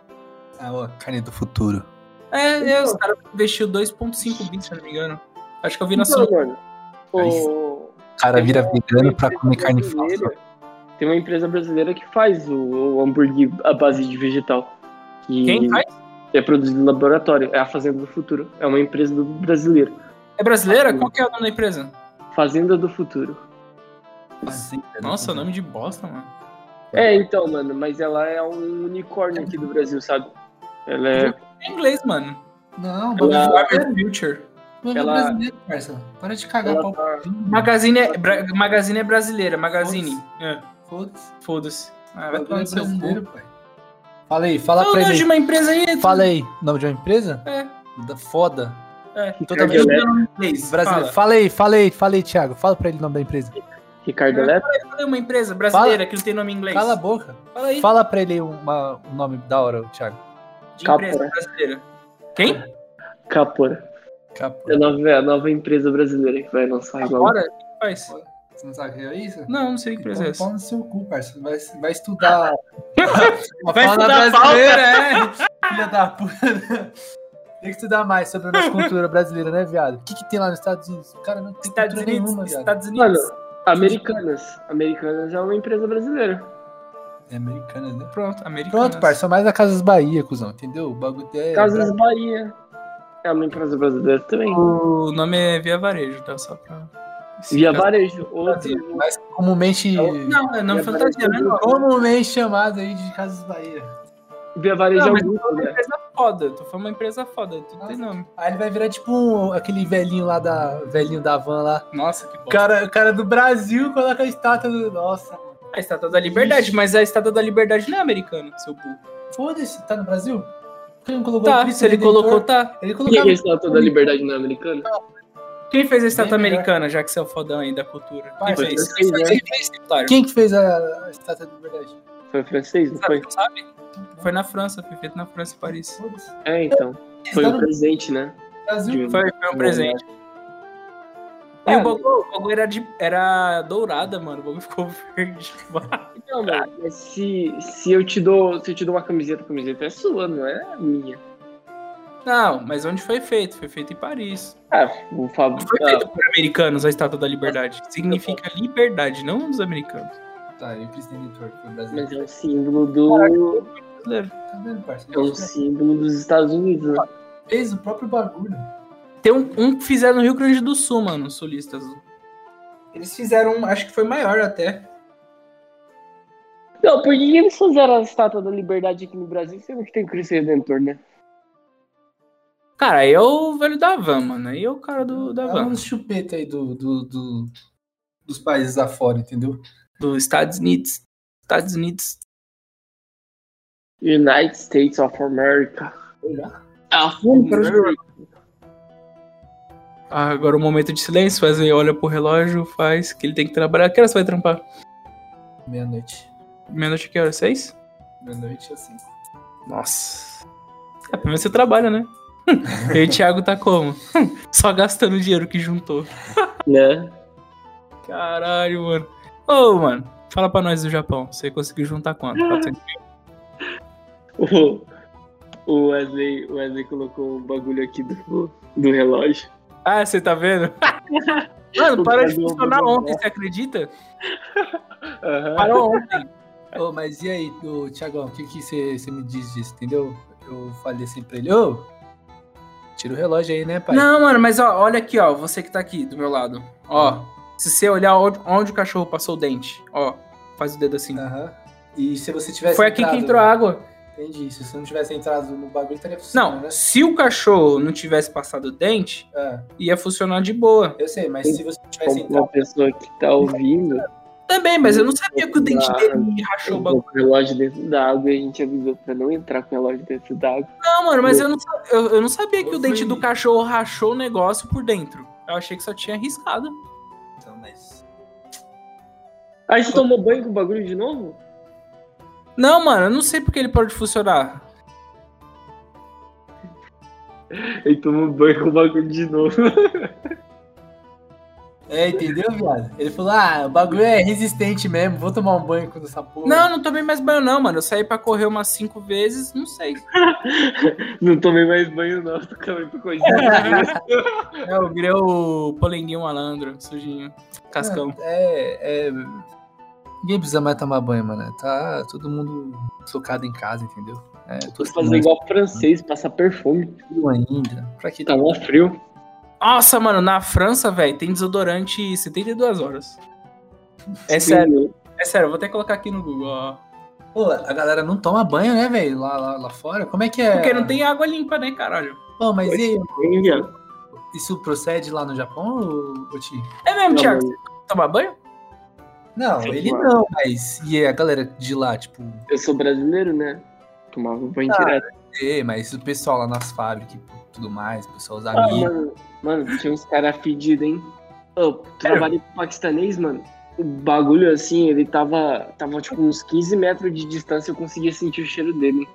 Speaker 3: Ah, ó, carne do futuro.
Speaker 5: Então.
Speaker 6: É, é os caras investiu 2,5 bi, se eu não me engano. Acho que eu vi na
Speaker 5: Então,
Speaker 6: sua. Tá
Speaker 5: mano, o-
Speaker 3: O cara
Speaker 5: tem
Speaker 3: vira
Speaker 5: uma-
Speaker 3: vegano
Speaker 5: uma
Speaker 3: pra comer
Speaker 5: empresa
Speaker 3: carne
Speaker 5: brasileira-
Speaker 3: falsa.
Speaker 5: Tem uma empresa brasileira que faz o, o hambúrguer à base de vegetal. Que
Speaker 6: Quem faz?
Speaker 5: É produzido no laboratório. É a Fazenda do Futuro. É uma empresa do brasileiro.
Speaker 6: É brasileira? Qual que é o nome da empresa?
Speaker 5: Fazenda do Futuro.
Speaker 3: assim, né?
Speaker 6: Nossa, nome de bosta, mano.
Speaker 5: É, então, mano, mas ela é um unicórnio aqui do Brasil, sabe? Ela é.
Speaker 6: É inglês, mano.
Speaker 9: Não,
Speaker 5: Ela, é
Speaker 6: Farmer Future.
Speaker 9: Mas
Speaker 5: Ela-
Speaker 9: é brasileiro, parça. Para de cagar
Speaker 5: Ela
Speaker 9: pau.
Speaker 5: tá-
Speaker 6: Magazine é, bra- Magazine é brasileira, Magazine. É,
Speaker 9: Foda-se.
Speaker 6: Foda-se. Ah, vai
Speaker 9: Bagulho
Speaker 6: tomar
Speaker 9: é
Speaker 6: no seu cu.
Speaker 9: brasileiro, pai.
Speaker 3: Fala aí, fala
Speaker 6: Fala o
Speaker 3: pra
Speaker 6: nome
Speaker 3: ele.
Speaker 6: de
Speaker 3: aí.
Speaker 6: uma empresa aí.
Speaker 3: Fala aí. O nome de uma empresa?
Speaker 6: É.
Speaker 3: Da foda.
Speaker 6: É.
Speaker 3: Toda
Speaker 5: Ricardo
Speaker 3: vez.
Speaker 5: Eletro.
Speaker 6: Inglês,
Speaker 3: Então tá Brasileiro.
Speaker 6: Fala.
Speaker 3: Fala. aí, fala aí, fala aí, Thiago. Fala pra ele o nome da empresa.
Speaker 5: Ricardo Eletro.
Speaker 6: Fala aí uma empresa brasileira que não tem nome em inglês.
Speaker 3: Cala a boca.
Speaker 6: Fala aí.
Speaker 3: Fala pra ele uma- um nome da hora, o Thiago.
Speaker 6: de
Speaker 5: Capra.
Speaker 6: empresa brasileira. Quem?
Speaker 5: Capora.
Speaker 3: Capô.
Speaker 5: É a nova, é a nova empresa brasileira que vai lançar agora.
Speaker 6: Agora? O que faz?
Speaker 9: Você não sabe o que é isso?
Speaker 6: Não, não sei que empresa é
Speaker 9: Então,
Speaker 6: essa.
Speaker 9: pau no seu cu, parça. Vai, vai estudar.
Speaker 3: Uma
Speaker 6: Vai
Speaker 3: fala
Speaker 6: estudar né?
Speaker 3: brasileira, é. Filha da puta. Tem que estudar mais sobre a nossa cultura brasileira, né, viado? O que, que tem lá nos Estados Unidos? Cara, não tem
Speaker 6: Estados
Speaker 3: cultura
Speaker 6: Unidos.
Speaker 3: nenhuma, viado.
Speaker 6: Estados
Speaker 5: Mano,
Speaker 6: Unidos.
Speaker 5: Americanas. Americanas é uma empresa brasileira.
Speaker 3: É americana, né?
Speaker 6: Pronto, americano.
Speaker 3: Pronto, parça, mais a Casas Bahia, cuzão, entendeu? O bagulho é.
Speaker 5: Casas Bahia. É uma empresa brasileira também.
Speaker 6: O nome é Via Varejo, tá? Só pra.
Speaker 5: Via Varejo. Outro.
Speaker 3: Mas comumente.
Speaker 6: Não, é nome
Speaker 5: Via
Speaker 6: fantasia, né?
Speaker 5: Varejo.
Speaker 6: Não,
Speaker 3: Comumente chamado aí de Casas Bahia.
Speaker 5: Via Varejo é um
Speaker 6: mas tu
Speaker 5: grupo,
Speaker 6: falou uma
Speaker 5: né?
Speaker 6: empresa foda. Tu foi uma empresa foda. Tu tem nome.
Speaker 3: Aí ele vai virar tipo um- aquele velhinho lá da. velhinho da van lá.
Speaker 6: Nossa, que bom.
Speaker 3: O cara, o cara do Brasil coloca a estátua do. Nossa,
Speaker 6: A Estátua Ah, da Liberdade, mas a Estátua da Liberdade não é americana, seu burro.
Speaker 3: foda-se, tá no Brasil? Por que não colocou
Speaker 6: Tá,
Speaker 3: Cristo
Speaker 6: se ele
Speaker 3: Redentor?
Speaker 6: colocou, tá.
Speaker 3: Ele
Speaker 5: E
Speaker 3: colocou.
Speaker 5: a estátua da liberdade não é americana?
Speaker 6: Quem fez a estátua
Speaker 3: melhor.
Speaker 6: americana, já que você é o fodão aí da cultura? Quem
Speaker 3: Parça,
Speaker 6: fez?
Speaker 5: vocês, né?
Speaker 6: Quem fez, otário?
Speaker 3: Quem que fez a, a estátua da liberdade?
Speaker 5: Foi francês, não foi?
Speaker 6: Sabe, sabe? Foi na França, foi feito na França e Paris.
Speaker 3: Foda-se.
Speaker 5: É, então. Foi
Speaker 3: Tá
Speaker 5: um
Speaker 3: no
Speaker 5: presente, né?
Speaker 3: Brasil.
Speaker 5: De-
Speaker 6: Foi, foi um presente.
Speaker 5: É,
Speaker 6: E o bagulho, o bagulho era, de, era dourada, mano. O bagulho ficou verde.
Speaker 5: Não, mano, então, mas se, se eu te dou. Se eu te dou uma camiseta, a camiseta é sua, não é minha.
Speaker 6: Não, mas onde foi feito? Foi feito em Paris.
Speaker 5: Ah, o Fábio.
Speaker 6: Não foi feito por americanos a Estátua da Liberdade. Significa liberdade, não dos americanos.
Speaker 9: Tá, e o Cristo Redentor foi brasileiro.
Speaker 5: Mas é um símbolo do.
Speaker 9: Tá vendo, parça?
Speaker 5: É um símbolo dos Estados Unidos, né?
Speaker 9: Fez o próprio bagulho.
Speaker 6: Tem um, um que fizeram no Rio Grande do Sul, mano, os sulistas.
Speaker 2: Eles fizeram, um, acho que foi maior até.
Speaker 5: Não, por que eles fizeram a estátua da liberdade aqui no Brasil? Sendo que tem o Cristo Redentor, né?
Speaker 6: Cara, aí é o velho da van, mano. Aí é o cara do, da
Speaker 9: É
Speaker 6: van.
Speaker 9: um chupeta aí do, do, do- dos países afora, entendeu?
Speaker 6: Dos Estados Unidos. Estados Unidos.
Speaker 5: United States of America. Of America.
Speaker 6: Ah, agora o momento de silêncio. Faz aí, olha pro relógio, faz que ele tem que trabalhar. Que horas você vai trampar?
Speaker 9: Meia-noite.
Speaker 6: Meia-noite que horas? Seis?
Speaker 3: é
Speaker 9: Meia-noite assim.
Speaker 6: Nossa. É, pelo menos você trabalha, né? e o Thiago tá como? Só gastando o dinheiro que juntou.
Speaker 5: Né?
Speaker 6: Caralho, mano. Ô, mano, fala pra nós do Japão. Você conseguiu juntar quanto? 400 mil?
Speaker 5: O, o, Wesley, o Wesley colocou um bagulho aqui do, do relógio.
Speaker 6: Ah, você tá vendo? mano,
Speaker 5: O
Speaker 6: parou de
Speaker 5: Brasil
Speaker 6: funcionar
Speaker 5: mudou.
Speaker 6: ontem, você acredita?
Speaker 5: Aham.
Speaker 6: Parou ontem. É.
Speaker 3: Ô, mas e aí, ô, Thiagão, o que que você me diz disso, entendeu? Eu falei assim pra ele, ô, tira o relógio aí, né, pai?
Speaker 6: Não, mano, mas ó, olha aqui, ó. Você que tá aqui do meu lado. Ó. Se você olhar onde, onde o cachorro passou o dente, ó, faz o dedo assim.
Speaker 9: Aham. E se você
Speaker 3: É,
Speaker 9: tivesse.
Speaker 6: Foi aqui que
Speaker 9: entrado-
Speaker 6: entrou
Speaker 3: né?
Speaker 6: a água.
Speaker 9: Entendi. Se você não tivesse entrado no bagulho, estaria funcionando,
Speaker 6: Não,
Speaker 9: né?
Speaker 6: se o cachorro não tivesse passado o dente,
Speaker 9: Ah,
Speaker 6: ia funcionar de boa.
Speaker 9: eu sei, mas se você não tivesse
Speaker 5: Como
Speaker 6: então.
Speaker 9: entrado.
Speaker 5: uma pessoa que tá ouvindo,
Speaker 6: Também, mas eu não sabia que o dente dele rachou o bagulho.
Speaker 5: colocou o relógio dentro da água e a gente avisou pra não entrar com o relógio dentro da água.
Speaker 6: Não, mano, mas eu não, sa- eu, eu não sabia que
Speaker 9: Ô,
Speaker 6: o dente
Speaker 9: Felipe.
Speaker 6: do cachorro rachou o negócio por dentro. Eu achei que só tinha riscado.
Speaker 9: Então, mas.
Speaker 5: Aí você tomou banho com o bagulho de novo?
Speaker 6: Não, mano, eu não sei porque ele parou de funcionar.
Speaker 5: Ele tomou banho com o bagulho de novo.
Speaker 3: É, entendeu, viado? Ele falou, ah, o bagulho é resistente mesmo, vou tomar um banho com essa porra.
Speaker 6: Não, não tomei mais banho, não, mano. Eu saí pra correr umas cinco vezes, não sei.
Speaker 5: Não tomei mais banho, não. Tô com a coisa.
Speaker 6: É, eu virei o polenguinho malandro, sujinho, cascão.
Speaker 3: É, é... Ninguém precisa mais tomar banho, mano, tá todo mundo socado em casa, entendeu? É, eu tô
Speaker 5: Fazer igual o francês, passar perfume.
Speaker 3: frio ainda. Pra que
Speaker 5: Tá mó frio.
Speaker 6: Nossa, mano, na França, velho, tem desodorante 72 horas. É
Speaker 5: Sim,
Speaker 6: sério,
Speaker 5: meu.
Speaker 6: é sério. eu Vou até colocar aqui no Google, ó.
Speaker 3: Pô, a galera não toma banho, né, velho, lá, lá, lá fora? Como é que é?
Speaker 6: Porque não tem água limpa, né, caralho?
Speaker 3: Pô, mas e aí,
Speaker 5: Hein, viado?
Speaker 3: isso procede lá no Japão, ou, ou Ti?
Speaker 6: É mesmo, Thiago? Você tomar banho?
Speaker 3: Não,
Speaker 5: Sim,
Speaker 3: ele
Speaker 5: claro.
Speaker 3: não, mas. E a galera de lá, tipo.
Speaker 5: Eu sou brasileiro, né? Tomava banho
Speaker 3: Ah,
Speaker 6: tá.
Speaker 5: direto.
Speaker 3: É, mas o pessoal lá nas fábricas e tudo mais, o pessoal, os
Speaker 5: Ah,
Speaker 3: amigos.
Speaker 5: mano, mano, tinha uns caras fedidos, hein? Eu trabalhei com paquistanês, mano. O bagulho assim, ele tava, tava tipo uns 15 metros de distância, eu conseguia sentir o cheiro dele.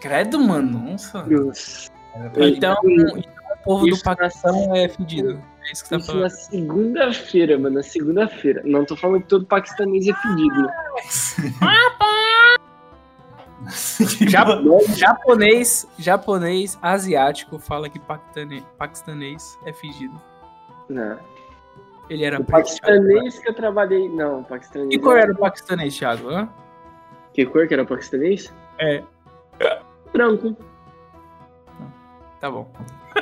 Speaker 6: Credo, mano. Nossa.
Speaker 5: Deus.
Speaker 3: né,
Speaker 6: Então, então o povo do
Speaker 5: Isso na-
Speaker 6: Paquistão é fedido. É isso que você tá
Speaker 5: Isso
Speaker 6: falando.
Speaker 5: na segunda-feira, mano, na segunda-feira. Não tô falando que todo paquistanês é fedido, né?
Speaker 6: Ja- japonês, japonês, asiático fala que paquistane- paquistanês é fedido.
Speaker 5: Não.
Speaker 6: Ele era
Speaker 5: O
Speaker 6: preto, Thiago.
Speaker 5: paquistanês que eu trabalhei. Não, o paquistanês. é-
Speaker 6: Que cor é? era o paquistanês, Thiago? hã?
Speaker 5: Que cor que era o paquistanês?
Speaker 6: É.
Speaker 5: Branco.
Speaker 6: Tá bom.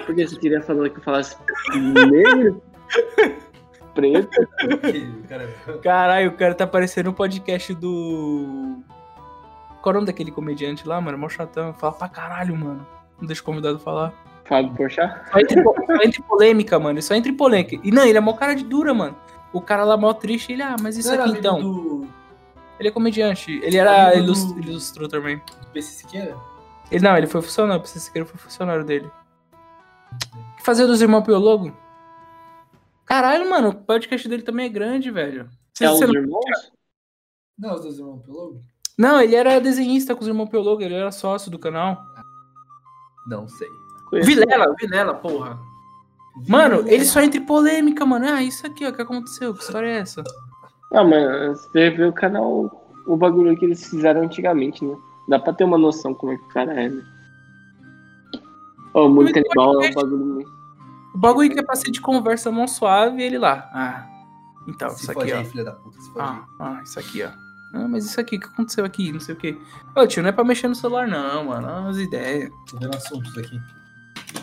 Speaker 5: Por que você queria falar que eu falasse negro? Preto?
Speaker 6: Caralho, o cara tá aparecendo no podcast do. Qual é o nome daquele comediante lá, mano? Mó chatão. Fala pra caralho, mano. Não deixa o convidado falar.
Speaker 5: Fábio Porchat?
Speaker 6: Só entre, po- só entre polêmica, mano. Só entre polêmica. E não, ele é mó cara de dura, mano. O cara lá mó triste, ele, ah, mas isso
Speaker 9: Não era
Speaker 6: aqui
Speaker 9: amigo
Speaker 6: então.
Speaker 9: Do
Speaker 6: Ele é comediante. Ele era
Speaker 9: Amigo do-
Speaker 6: ilus- ilustrou também.
Speaker 9: PC Siqueira?
Speaker 6: Ele não, ele foi funcionário, pra vocês queiram, foi funcionário dele. O que fazer dos irmãos pelo logo? Caralho, mano, o podcast dele também é grande, velho. Você-
Speaker 5: É
Speaker 9: um
Speaker 6: você
Speaker 5: os
Speaker 6: não-
Speaker 5: irmãos?
Speaker 9: Não, os dois irmãos Pelogo?
Speaker 6: Não, ele era desenhista com os irmãos pelo logo, ele era sócio do canal.
Speaker 3: Não sei.
Speaker 5: Conheço.
Speaker 6: Vilela, Vilela, porra. Mano, ele só entra em polêmica, mano. Ah, isso aqui, ó, o que aconteceu? Que história é essa?
Speaker 5: Ah, mano, você vê o canal, o bagulho que eles fizeram antigamente, né? Dá pra ter uma noção como é que o cara é, né? Ô, o mundo
Speaker 6: Mas
Speaker 5: canibal é um
Speaker 6: podcast-
Speaker 5: bagulho muito.
Speaker 6: O bagulho que é pra ser de conversa mão suave, ele lá. Ah, então,
Speaker 3: se
Speaker 6: isso
Speaker 3: pode
Speaker 6: aqui, ó.
Speaker 3: aí, filha da puta, se pode
Speaker 6: Ah, ah, isso aqui, ó. Ah, mas isso aqui, o que aconteceu aqui? Não sei o quê. Ô, tio, não é pra mexer no celular, não, mano. Olha as ideias.
Speaker 3: Tô vendo assuntos aqui.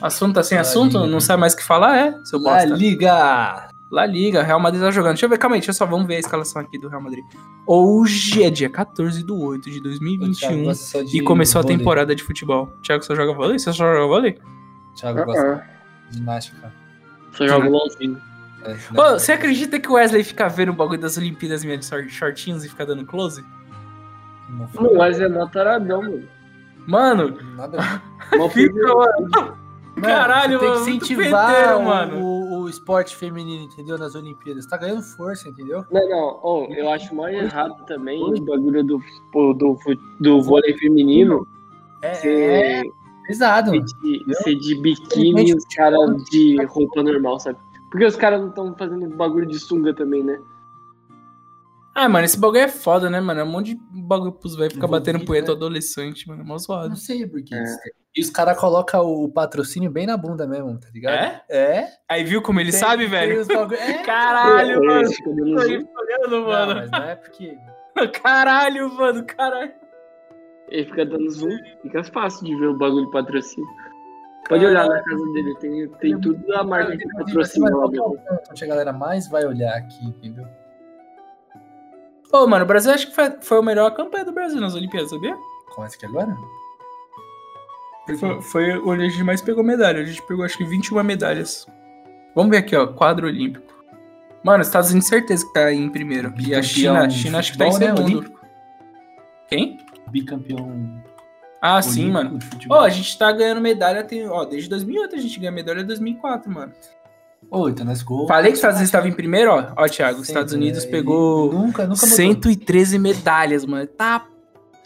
Speaker 6: Assunto tá sem
Speaker 3: La
Speaker 6: assunto?
Speaker 3: Liga.
Speaker 6: Não sabe mais o que falar, é? Seu
Speaker 3: La
Speaker 6: bosta.
Speaker 3: Liga!
Speaker 6: La Liga, Real Madrid tá jogando. Deixa eu ver, calma aí, deixa eu só, vamos ver a escalação aqui do Real Madrid. Hoje é dia 14 de 8 de
Speaker 3: O Thiago
Speaker 6: 2021
Speaker 3: gosta só de
Speaker 6: e começou a
Speaker 3: vôlei.
Speaker 6: temporada de futebol. Thiago, você joga vôlei? Você só joga vôlei?
Speaker 3: O Thiago gosta
Speaker 5: Ah,
Speaker 3: de ginástica.
Speaker 5: ah, só joga LOLzinho.
Speaker 3: É,
Speaker 6: Ô,
Speaker 3: ginástica.
Speaker 6: você acredita que o Wesley fica vendo o bagulho das Olimpíadas minha de short- shortinhos e fica dando close?
Speaker 3: Não foi
Speaker 5: Mano, mas é mó taradão, mano.
Speaker 6: Mano,
Speaker 3: nada a ver.
Speaker 5: Mó
Speaker 6: fica,
Speaker 5: fudeu.
Speaker 6: mano. Caralho,
Speaker 3: você tem
Speaker 6: mano.
Speaker 3: que
Speaker 6: muito
Speaker 3: incentivar
Speaker 6: penteiro,
Speaker 3: o,
Speaker 6: mano.
Speaker 3: O, o esporte feminino, entendeu? Nas Olimpíadas. Tá ganhando força, entendeu?
Speaker 5: Não, não, Ô, eu acho mó errado também o bagulho do, do, do, fu- do vôlei feminino.
Speaker 3: É,
Speaker 5: Ser,
Speaker 3: pesado.
Speaker 5: ser
Speaker 3: mano.
Speaker 5: de, ser de biquíni e os caras de roupa normal, sabe? Porque os caras não estão fazendo bagulho de sunga também, né?
Speaker 6: Ah, mano, esse bagulho é foda, né, mano? É um monte de bagulho pros velhos ficar
Speaker 3: Envolvido,
Speaker 6: batendo punheta
Speaker 3: né?
Speaker 6: adolescente, mano. É mó
Speaker 3: Eu
Speaker 6: zoado.
Speaker 3: Não sei por que
Speaker 5: É.
Speaker 3: isso. E os caras colocam o patrocínio bem na bunda mesmo, tá ligado?
Speaker 6: É?
Speaker 3: É?
Speaker 6: Aí viu como ele
Speaker 3: Tem-
Speaker 6: sabe,
Speaker 3: tem
Speaker 6: velho?
Speaker 3: os bagulho- É,
Speaker 6: Caralho,
Speaker 5: É,
Speaker 6: mano.
Speaker 5: esse cabelo
Speaker 6: Tô
Speaker 5: azul.
Speaker 6: aí olhando,
Speaker 3: não,
Speaker 6: mano.
Speaker 3: mas não é porque.
Speaker 6: Caralho, mano, caralho.
Speaker 5: Ele fica dando zoom, fica fácil de ver o bagulho de patrocínio.
Speaker 6: Ah,
Speaker 5: Pode olhar na casa dele, tem, tem tudo da marca que patrocina lá
Speaker 3: Mas qual
Speaker 5: dentro.
Speaker 3: que é o ponto que a galera mais vai olhar aqui, entendeu?
Speaker 6: Ô, mano, o Brasil acho que foi, foi o melhor campanha do Brasil nas Olimpíadas, sabia?
Speaker 3: Com essa aqui agora?
Speaker 6: Foi, foi onde a gente mais pegou medalha. A gente pegou acho que 21 medalhas. Vamos ver aqui, ó, quadro olímpico. Mano, os Estados Unidos certeza que tá em primeiro. E a
Speaker 3: Bicampeão
Speaker 6: China, a China acho que tá em
Speaker 3: futebol, né,
Speaker 6: segundo. Quem?
Speaker 9: Bicampeão.
Speaker 6: Ah, sim,
Speaker 9: olímpico
Speaker 6: mano.
Speaker 9: de futebol.
Speaker 6: Ó, a gente tá ganhando medalha tem, ó, desde 2008 a gente ganha medalha em 2004, mano.
Speaker 3: Ô, então nós gol.
Speaker 6: Falei que os Estados Unidos estavam em primeiro, ó. Ó, Thiago, os
Speaker 9: é,
Speaker 3: Sempre,
Speaker 6: Estados Unidos
Speaker 3: né?
Speaker 6: pegou
Speaker 3: Nunca, nunca mudou.
Speaker 6: 113 medalhas, mano. Tá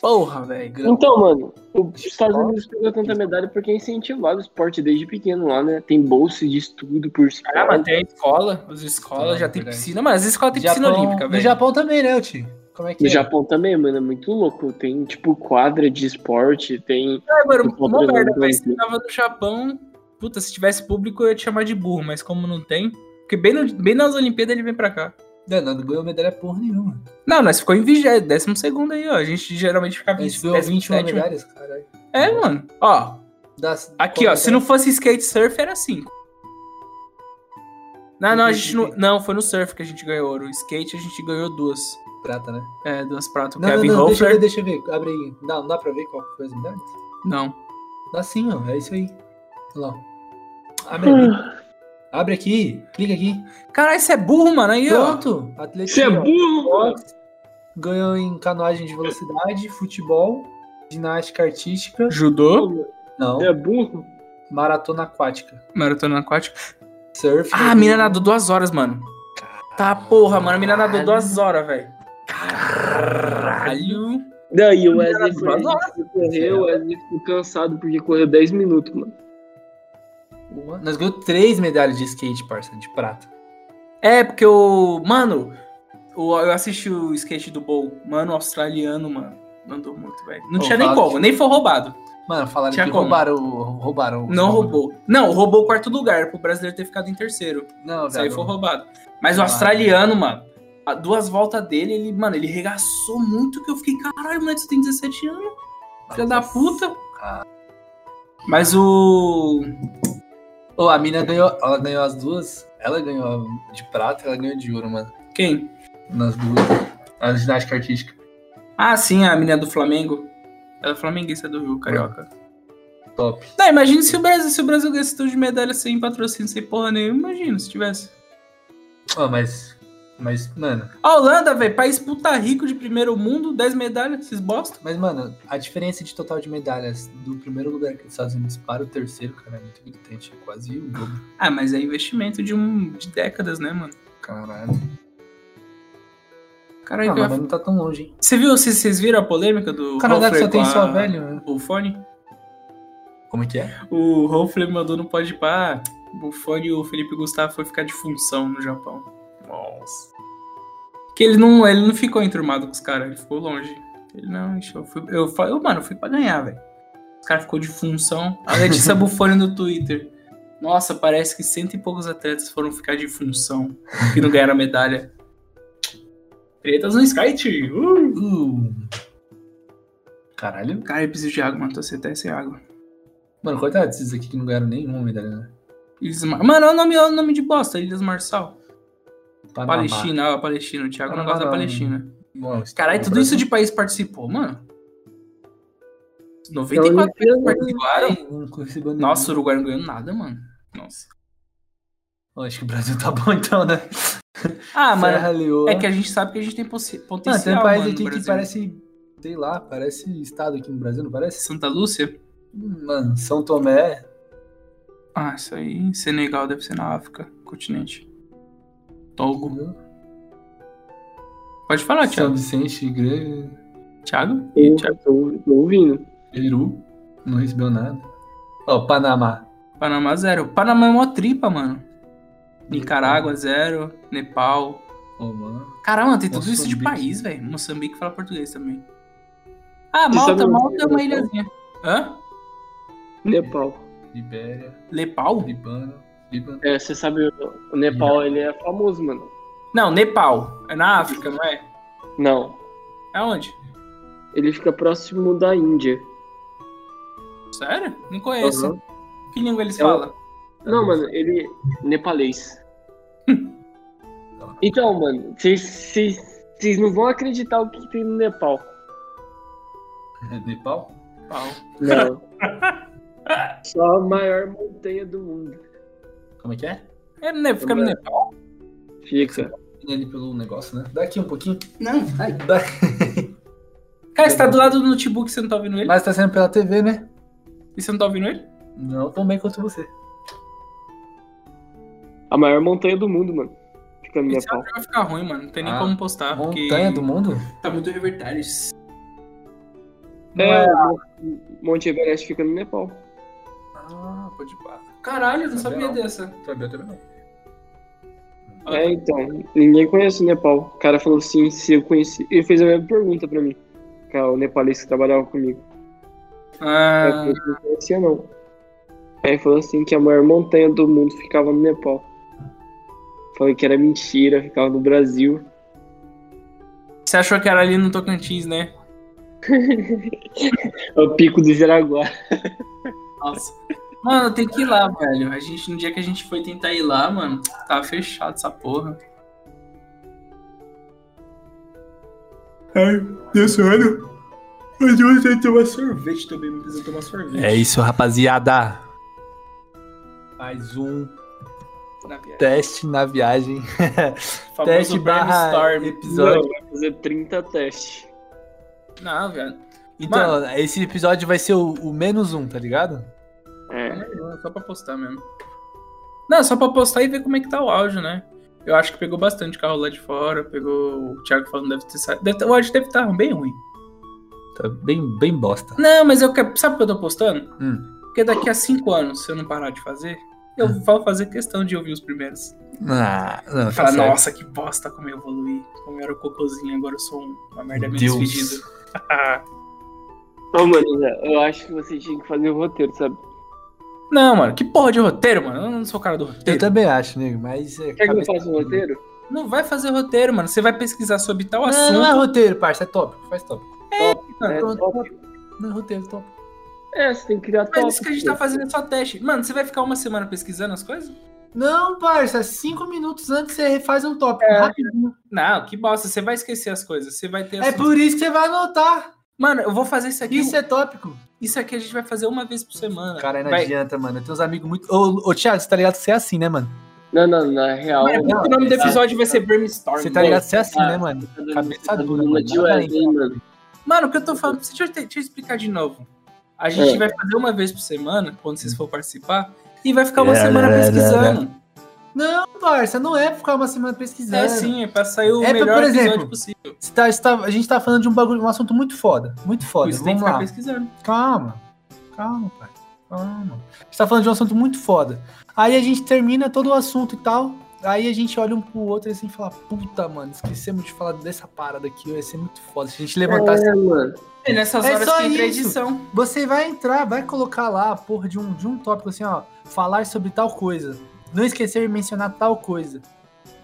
Speaker 6: porra, velho.
Speaker 5: Então, mano, os Estados Unidos pegou tanta medalha porque é incentivado o esporte desde pequeno lá, né? Tem bolsa de estudo
Speaker 6: Ah,
Speaker 5: por
Speaker 6: mas
Speaker 5: esporte.
Speaker 6: tem a escola, as escolas
Speaker 3: Ah,
Speaker 6: já tem
Speaker 3: verdade.
Speaker 6: piscina, mas as escolas tem piscina
Speaker 3: Japão-
Speaker 6: olímpica,
Speaker 3: No
Speaker 6: velho.
Speaker 3: Japão também, né, Tio? Como é que
Speaker 5: No
Speaker 3: é?
Speaker 5: Japão também, mano, é muito louco. Tem, tipo, quadra de esporte, tem...
Speaker 6: Ah, mano,
Speaker 5: Japão
Speaker 6: mó merda,
Speaker 5: também.
Speaker 6: velho. Se tava no Japão, puta, se tivesse público eu ia te chamar de burro, mas como não tem, porque bem, no- bem nas Olimpíadas ele vem pra cá.
Speaker 3: Não, não ganhou medalha porra nenhuma.
Speaker 6: Não, nós ficou em vigésimo, décimo segundo aí, ó. A gente geralmente fica
Speaker 3: A gente
Speaker 6: vigésimo.
Speaker 3: ganhou 21
Speaker 6: né?
Speaker 3: medalhas, caralho.
Speaker 6: É, mano. Ó,
Speaker 3: Das-
Speaker 6: Aqui, ó. Se não fosse skate surf, era 5. Não, não, a gente não. Não, foi no surf que a gente ganhou ouro. Skate a gente ganhou duas.
Speaker 3: Prata, né?
Speaker 6: É, duas pratas. O
Speaker 3: Não, não,
Speaker 6: Kevin
Speaker 3: não, deixa eu ver,
Speaker 6: Hofer.
Speaker 3: deixa eu ver. Abre aí. Não, não dá pra ver qual que foi as medalhas?
Speaker 6: Não. Ah.
Speaker 3: Dá sim, ó. É isso aí. Olha lá. Abre aí. Abre aqui, clica aqui.
Speaker 6: Caralho, você é burro, mano. Aí, ó.
Speaker 3: Pronto. Atletismo.
Speaker 5: Você é burro, mano.
Speaker 3: boxe, ganhou em canoagem de velocidade, futebol, ginástica artística.
Speaker 6: Judô,
Speaker 3: Não.
Speaker 5: Você é burro.
Speaker 3: Maratona aquática.
Speaker 6: maratona aquática.
Speaker 3: Surf.
Speaker 6: Ah, a mina nadou duas horas, mano. Tá porra, mano. A mina nadou duas horas, velho. Caralho.
Speaker 5: Não, e o Wesley foi correu, o Wesley ficou cansado porque correu 10 minutos, mano.
Speaker 3: Boa. Nós ganhamos três medalhas de skate, parça, de prata.
Speaker 6: É, porque o. Mano, o- eu assisti o skate do Bowl. Mano, o australiano, mano. Mandou muito, velho. Não
Speaker 3: Pô,
Speaker 6: tinha nem
Speaker 3: fala
Speaker 6: como,
Speaker 3: de-
Speaker 6: nem foi roubado.
Speaker 3: Mano, falaram
Speaker 6: Tinha
Speaker 3: que
Speaker 6: como.
Speaker 3: roubaram, o- roubaram. o-
Speaker 6: Não roubou. Não, roubou o quarto lugar, pro brasileiro ter ficado em terceiro.
Speaker 3: Não,
Speaker 6: Isso aí
Speaker 3: velho.
Speaker 6: foi roubado. Mas o
Speaker 3: Ah.
Speaker 6: australiano, mano, a duas voltas dele, ele, mano, ele regaçou muito que eu fiquei, caralho, moleque, você tem 17 anos, filha da puta. Mas o.
Speaker 3: Ô, a mina ganhou, ela ganhou as duas. Ela ganhou a de prata, ela ganhou de ouro, mano.
Speaker 6: Quem?
Speaker 3: Nas duas. Na ginástica artística.
Speaker 6: Ah, sim, a menina do Flamengo. Ela é flamenguista do Rio Carioca.
Speaker 3: Hum. Top.
Speaker 6: Não, imagina se o Brasil, se o Brasil ganhasse tudo de medalha sem patrocínio, sem porra nenhuma. Imagina se tivesse.
Speaker 3: Ó, mas. Mas, mano.
Speaker 6: A Holanda, velho, país puta rico de primeiro mundo, 10 medalhas, vocês bosta.
Speaker 3: Mas, mano, a diferença de total de medalhas do primeiro lugar que os Estados Unidos para o terceiro, cara, é muito gritante. É quase o dobro.
Speaker 6: Ah, mas é investimento de, um, de décadas, né, mano?
Speaker 3: Caralho.
Speaker 6: Caralho,
Speaker 3: Não,
Speaker 6: que eu ia
Speaker 3: mas não tá tão longe, hein?
Speaker 6: Você viu, vocês vocês viram a polêmica do.
Speaker 3: O Canadá que
Speaker 6: Hoffler
Speaker 3: só tem
Speaker 6: é com a-
Speaker 3: só velho, né?
Speaker 6: O Buffone?
Speaker 3: Como é que é?
Speaker 6: O Hoffler mandou no pode pá. O Buffone e o Felipe Gustavo foi ficar de função no Japão. Nossa. Que ele não, ele não ficou enturmado com os caras, ele ficou longe. Ele não, ixi, eu fui. Eu, fa- eu, mano, eu fui pra ganhar, velho. Os caras ficou de função. A Letícia Buffone no Twitter. Nossa, parece que cento e poucos atletas foram ficar de função que não ganharam a medalha. Pretas no skate! Uh!
Speaker 3: Uh. Caralho.
Speaker 6: Cara, eu preciso de água, mano. Tô até sem água.
Speaker 3: Mano, coitado desses aqui que não ganharam nenhuma medalha, né?
Speaker 6: Ilhas Mar... Mano, é o nome, é o nome de bosta, Ilhas Marçal.
Speaker 3: Panamá.
Speaker 6: Palestina, ah, Palestina. O Thiago não
Speaker 3: Panamá
Speaker 6: gosta da
Speaker 3: não.
Speaker 6: Palestina.
Speaker 3: Bom, isso tá
Speaker 6: Caralho,
Speaker 3: bom,
Speaker 6: tudo
Speaker 3: Brasil.
Speaker 6: isso de país participou, mano.
Speaker 5: Eu
Speaker 6: 94
Speaker 5: não
Speaker 6: países
Speaker 5: entendo.
Speaker 6: participaram.
Speaker 3: Não recebeu nenhum.
Speaker 6: Nossa, o Uruguai não ganhou nada, mano. Nossa.
Speaker 3: Eu acho que o Brasil tá bom então, né?
Speaker 6: Ah, mano.
Speaker 3: Serra Leoa.
Speaker 6: É que a gente sabe que a gente tem possi-
Speaker 3: Mano,
Speaker 6: potencial.
Speaker 3: tem um país
Speaker 6: mano,
Speaker 3: aqui
Speaker 6: no
Speaker 3: que
Speaker 6: Brasil.
Speaker 3: parece, sei lá, parece estado aqui no Brasil, não parece?
Speaker 6: Santa Lúcia?
Speaker 3: Mano, São Tomé.
Speaker 6: Ah, isso aí. Senegal deve ser na África, continente. Togo.
Speaker 3: Uhum.
Speaker 6: Pode falar,
Speaker 3: São
Speaker 6: Thiago.
Speaker 3: Vicente, Igreja,
Speaker 6: Thiago? Ih,
Speaker 5: Eu
Speaker 6: Thiago.
Speaker 5: tô, tô ouvindo.
Speaker 3: Peru. Não recebeu nada. Ó, Panamá.
Speaker 6: Panamá zero. Panamá é mó tripa, mano. Nicarágua zero. Nepal.
Speaker 3: Ô, mano.
Speaker 6: Caramba, tem tudo isso de
Speaker 3: Moçambique.
Speaker 6: país, velho. Moçambique fala português também. Ah,
Speaker 5: Você
Speaker 6: Malta,
Speaker 5: sabe
Speaker 6: Malta é uma
Speaker 5: onde é Nepal?
Speaker 6: ilhazinha. Hã? é.
Speaker 5: Nepal.
Speaker 3: Libéria,
Speaker 6: Nepal?
Speaker 3: Libano, Líbano.
Speaker 5: É, você sabe, o Nepal, ele é famoso, mano.
Speaker 6: Não, Nepal. É na África, não é?
Speaker 5: Não,
Speaker 6: É onde?
Speaker 5: ele fica próximo da Índia.
Speaker 6: Sério? Não conheço.
Speaker 5: Aham.
Speaker 6: Que língua eles
Speaker 5: É o-
Speaker 6: falam?
Speaker 5: Não, mano, ele nepalês. então, mano, vocês- vocês vocês não vão acreditar o que tem no Nepal.
Speaker 3: é, Nepal?
Speaker 6: Nepal.
Speaker 5: Não. Só a maior montanha do mundo.
Speaker 3: Como é que é?
Speaker 6: É, né? Fica no
Speaker 5: É.
Speaker 6: Nepal.
Speaker 5: Fica.
Speaker 3: Vem ali pelo negócio, né? Daqui um pouquinho.
Speaker 6: Não.
Speaker 3: Ai, dá.
Speaker 6: Cara, você tá do
Speaker 5: é.
Speaker 6: lado do notebook, você não tá ouvindo ele?
Speaker 3: Mas tá saindo pela TV, né?
Speaker 6: E você não tá ouvindo ele?
Speaker 3: Não tão bem quanto você.
Speaker 5: A maior montanha do mundo, mano. Fica no
Speaker 6: Esse
Speaker 5: Nepal.
Speaker 6: áudio vai ficar ruim, mano. Não tem nem
Speaker 3: Ah,
Speaker 6: como postar. porque-
Speaker 3: Montanha do mundo?
Speaker 6: Tá muito revertários.
Speaker 5: É, o Monte Everest fica no Nepal.
Speaker 3: Ah, pode parar.
Speaker 6: Caralho, eu não
Speaker 3: Sabia
Speaker 6: sabia
Speaker 3: não.
Speaker 6: dessa.
Speaker 3: Sabia também não.
Speaker 5: É, então, ninguém conhece o Nepal. O cara falou assim, se eu conheci. Ele fez a mesma pergunta pra mim. que é O nepalês que trabalhava comigo. Eu
Speaker 6: Ah,
Speaker 5: falei que não conhecia, não. Aí ele falou assim que a maior montanha do mundo ficava no Nepal. Falei que era mentira, ficava no Brasil.
Speaker 6: você achou que era ali no Tocantins, né?
Speaker 5: É o pico do Jaraguá.
Speaker 6: Nossa. Mano, tem que ir lá, velho. A gente, no dia que a gente foi tentar ir lá, mano, tava fechado essa porra.
Speaker 3: É isso, rapaziada. Mais um
Speaker 6: na viagem.
Speaker 3: Teste na viagem.
Speaker 6: Famoso
Speaker 3: teste barra
Speaker 6: brainstorm.
Speaker 3: episódio.
Speaker 5: Vai fazer 30 testes.
Speaker 6: Não, velho.
Speaker 3: Então, esse episódio vai ser o, o menos um, tá ligado?
Speaker 5: É.
Speaker 6: Só pra postar mesmo. Não, só pra postar e ver como é que tá o áudio, né? Eu acho que pegou bastante carro lá de fora, pegou. O Thiago falando deve ter saído. deve ter- O áudio deve estar bem ruim.
Speaker 3: Tá bem, bem bosta.
Speaker 6: Não, mas eu quero. Sabe o que eu tô postando?
Speaker 3: Hum.
Speaker 6: Porque daqui a cinco anos, se eu não parar de fazer, eu vou fazer questão de ouvir os primeiros.
Speaker 3: Ah, não, tá
Speaker 6: Falar,
Speaker 3: certo.
Speaker 6: nossa, que bosta como eu evoluí. Como eu era o cocôzinho, agora eu sou um- uma merda meio
Speaker 3: Deus.
Speaker 6: desfedida.
Speaker 5: Ô, mano, eu acho que você tinha que fazer o roteiro, sabe?
Speaker 6: não, mano, que porra de roteiro, mano. Eu não sou o cara do roteiro.
Speaker 3: Eu também acho, nego, mas.
Speaker 5: Quer
Speaker 3: é
Speaker 5: que eu
Speaker 3: cabeça-
Speaker 5: faça o roteiro?
Speaker 6: Não vai fazer roteiro, mano. Você vai pesquisar sobre tal
Speaker 3: Não,
Speaker 6: assunto.
Speaker 3: não é roteiro, parça, é tópico, faz tópico.
Speaker 6: Não,
Speaker 5: É,
Speaker 3: pronto.
Speaker 5: top.
Speaker 3: Não é roteiro, tópico.
Speaker 5: É, você tem que criar
Speaker 6: Mas
Speaker 5: top.
Speaker 6: isso que a gente tá fazendo é só teste. Mano, você vai ficar uma semana pesquisando as coisas?
Speaker 3: Não, parça, cinco minutos antes você faz um tópico. Rapidinho.
Speaker 6: Não, que bosta. Você vai esquecer as coisas. Você vai ter.
Speaker 3: É
Speaker 6: assunto.
Speaker 3: por isso que você vai anotar.
Speaker 6: Mano, eu vou fazer isso aqui.
Speaker 3: Isso
Speaker 6: Isso,
Speaker 3: é tópico.
Speaker 6: aqui a gente vai fazer uma vez por semana.
Speaker 3: Cara, é não
Speaker 6: vai...
Speaker 3: adianta, mano. Eu tenho uns amigos muito. Ô, ô Thiago, você tá ligado que você é assim, né, mano?
Speaker 5: Não, não, na real.
Speaker 6: Mano, é
Speaker 5: não,
Speaker 6: o nome do episódio vai ser Brainstorm.
Speaker 3: Você tá ligado que você é assim, né, mano?
Speaker 5: tá dando-
Speaker 3: Cabeça
Speaker 5: tá
Speaker 3: dura,
Speaker 5: dando
Speaker 3: mano.
Speaker 5: de Wesley, hein, mano.
Speaker 6: Mano, o que eu tô falando, deixa eu, te- deixa eu explicar de novo. A gente
Speaker 5: É.
Speaker 6: vai fazer uma vez por semana, quando vocês for participar, e vai ficar uma
Speaker 3: É,
Speaker 6: semana
Speaker 3: é, é,
Speaker 6: pesquisando.
Speaker 3: Não, parça, não é pra ficar uma semana pesquisando.
Speaker 6: É sim, é pra sair o
Speaker 3: É pra,
Speaker 6: melhor
Speaker 3: por
Speaker 6: episódio
Speaker 3: exemplo,
Speaker 6: possível.
Speaker 3: Você tá- você tá- a gente tá falando de um bagulho, um assunto muito foda. Muito
Speaker 6: Por
Speaker 3: foda.
Speaker 6: isso tem que
Speaker 3: Vamos
Speaker 6: ficar
Speaker 3: lá.
Speaker 6: pesquisando.
Speaker 3: Calma. Calma, pai. Calma. A gente tá falando de um assunto muito foda. Aí a gente termina todo o assunto e tal. Aí a gente olha um pro outro e assim fala, puta, mano, esquecemos de falar dessa parada aqui, vai ser muito foda. Se a gente levantasse.
Speaker 5: É, mano.
Speaker 6: E nessas
Speaker 3: É
Speaker 6: horas
Speaker 3: só
Speaker 6: que entra a
Speaker 3: isso.
Speaker 6: edição.
Speaker 3: Você vai entrar, vai colocar lá a porra de um, de um tópico assim, ó. Falar sobre tal coisa. Não esquecer de mencionar tal coisa.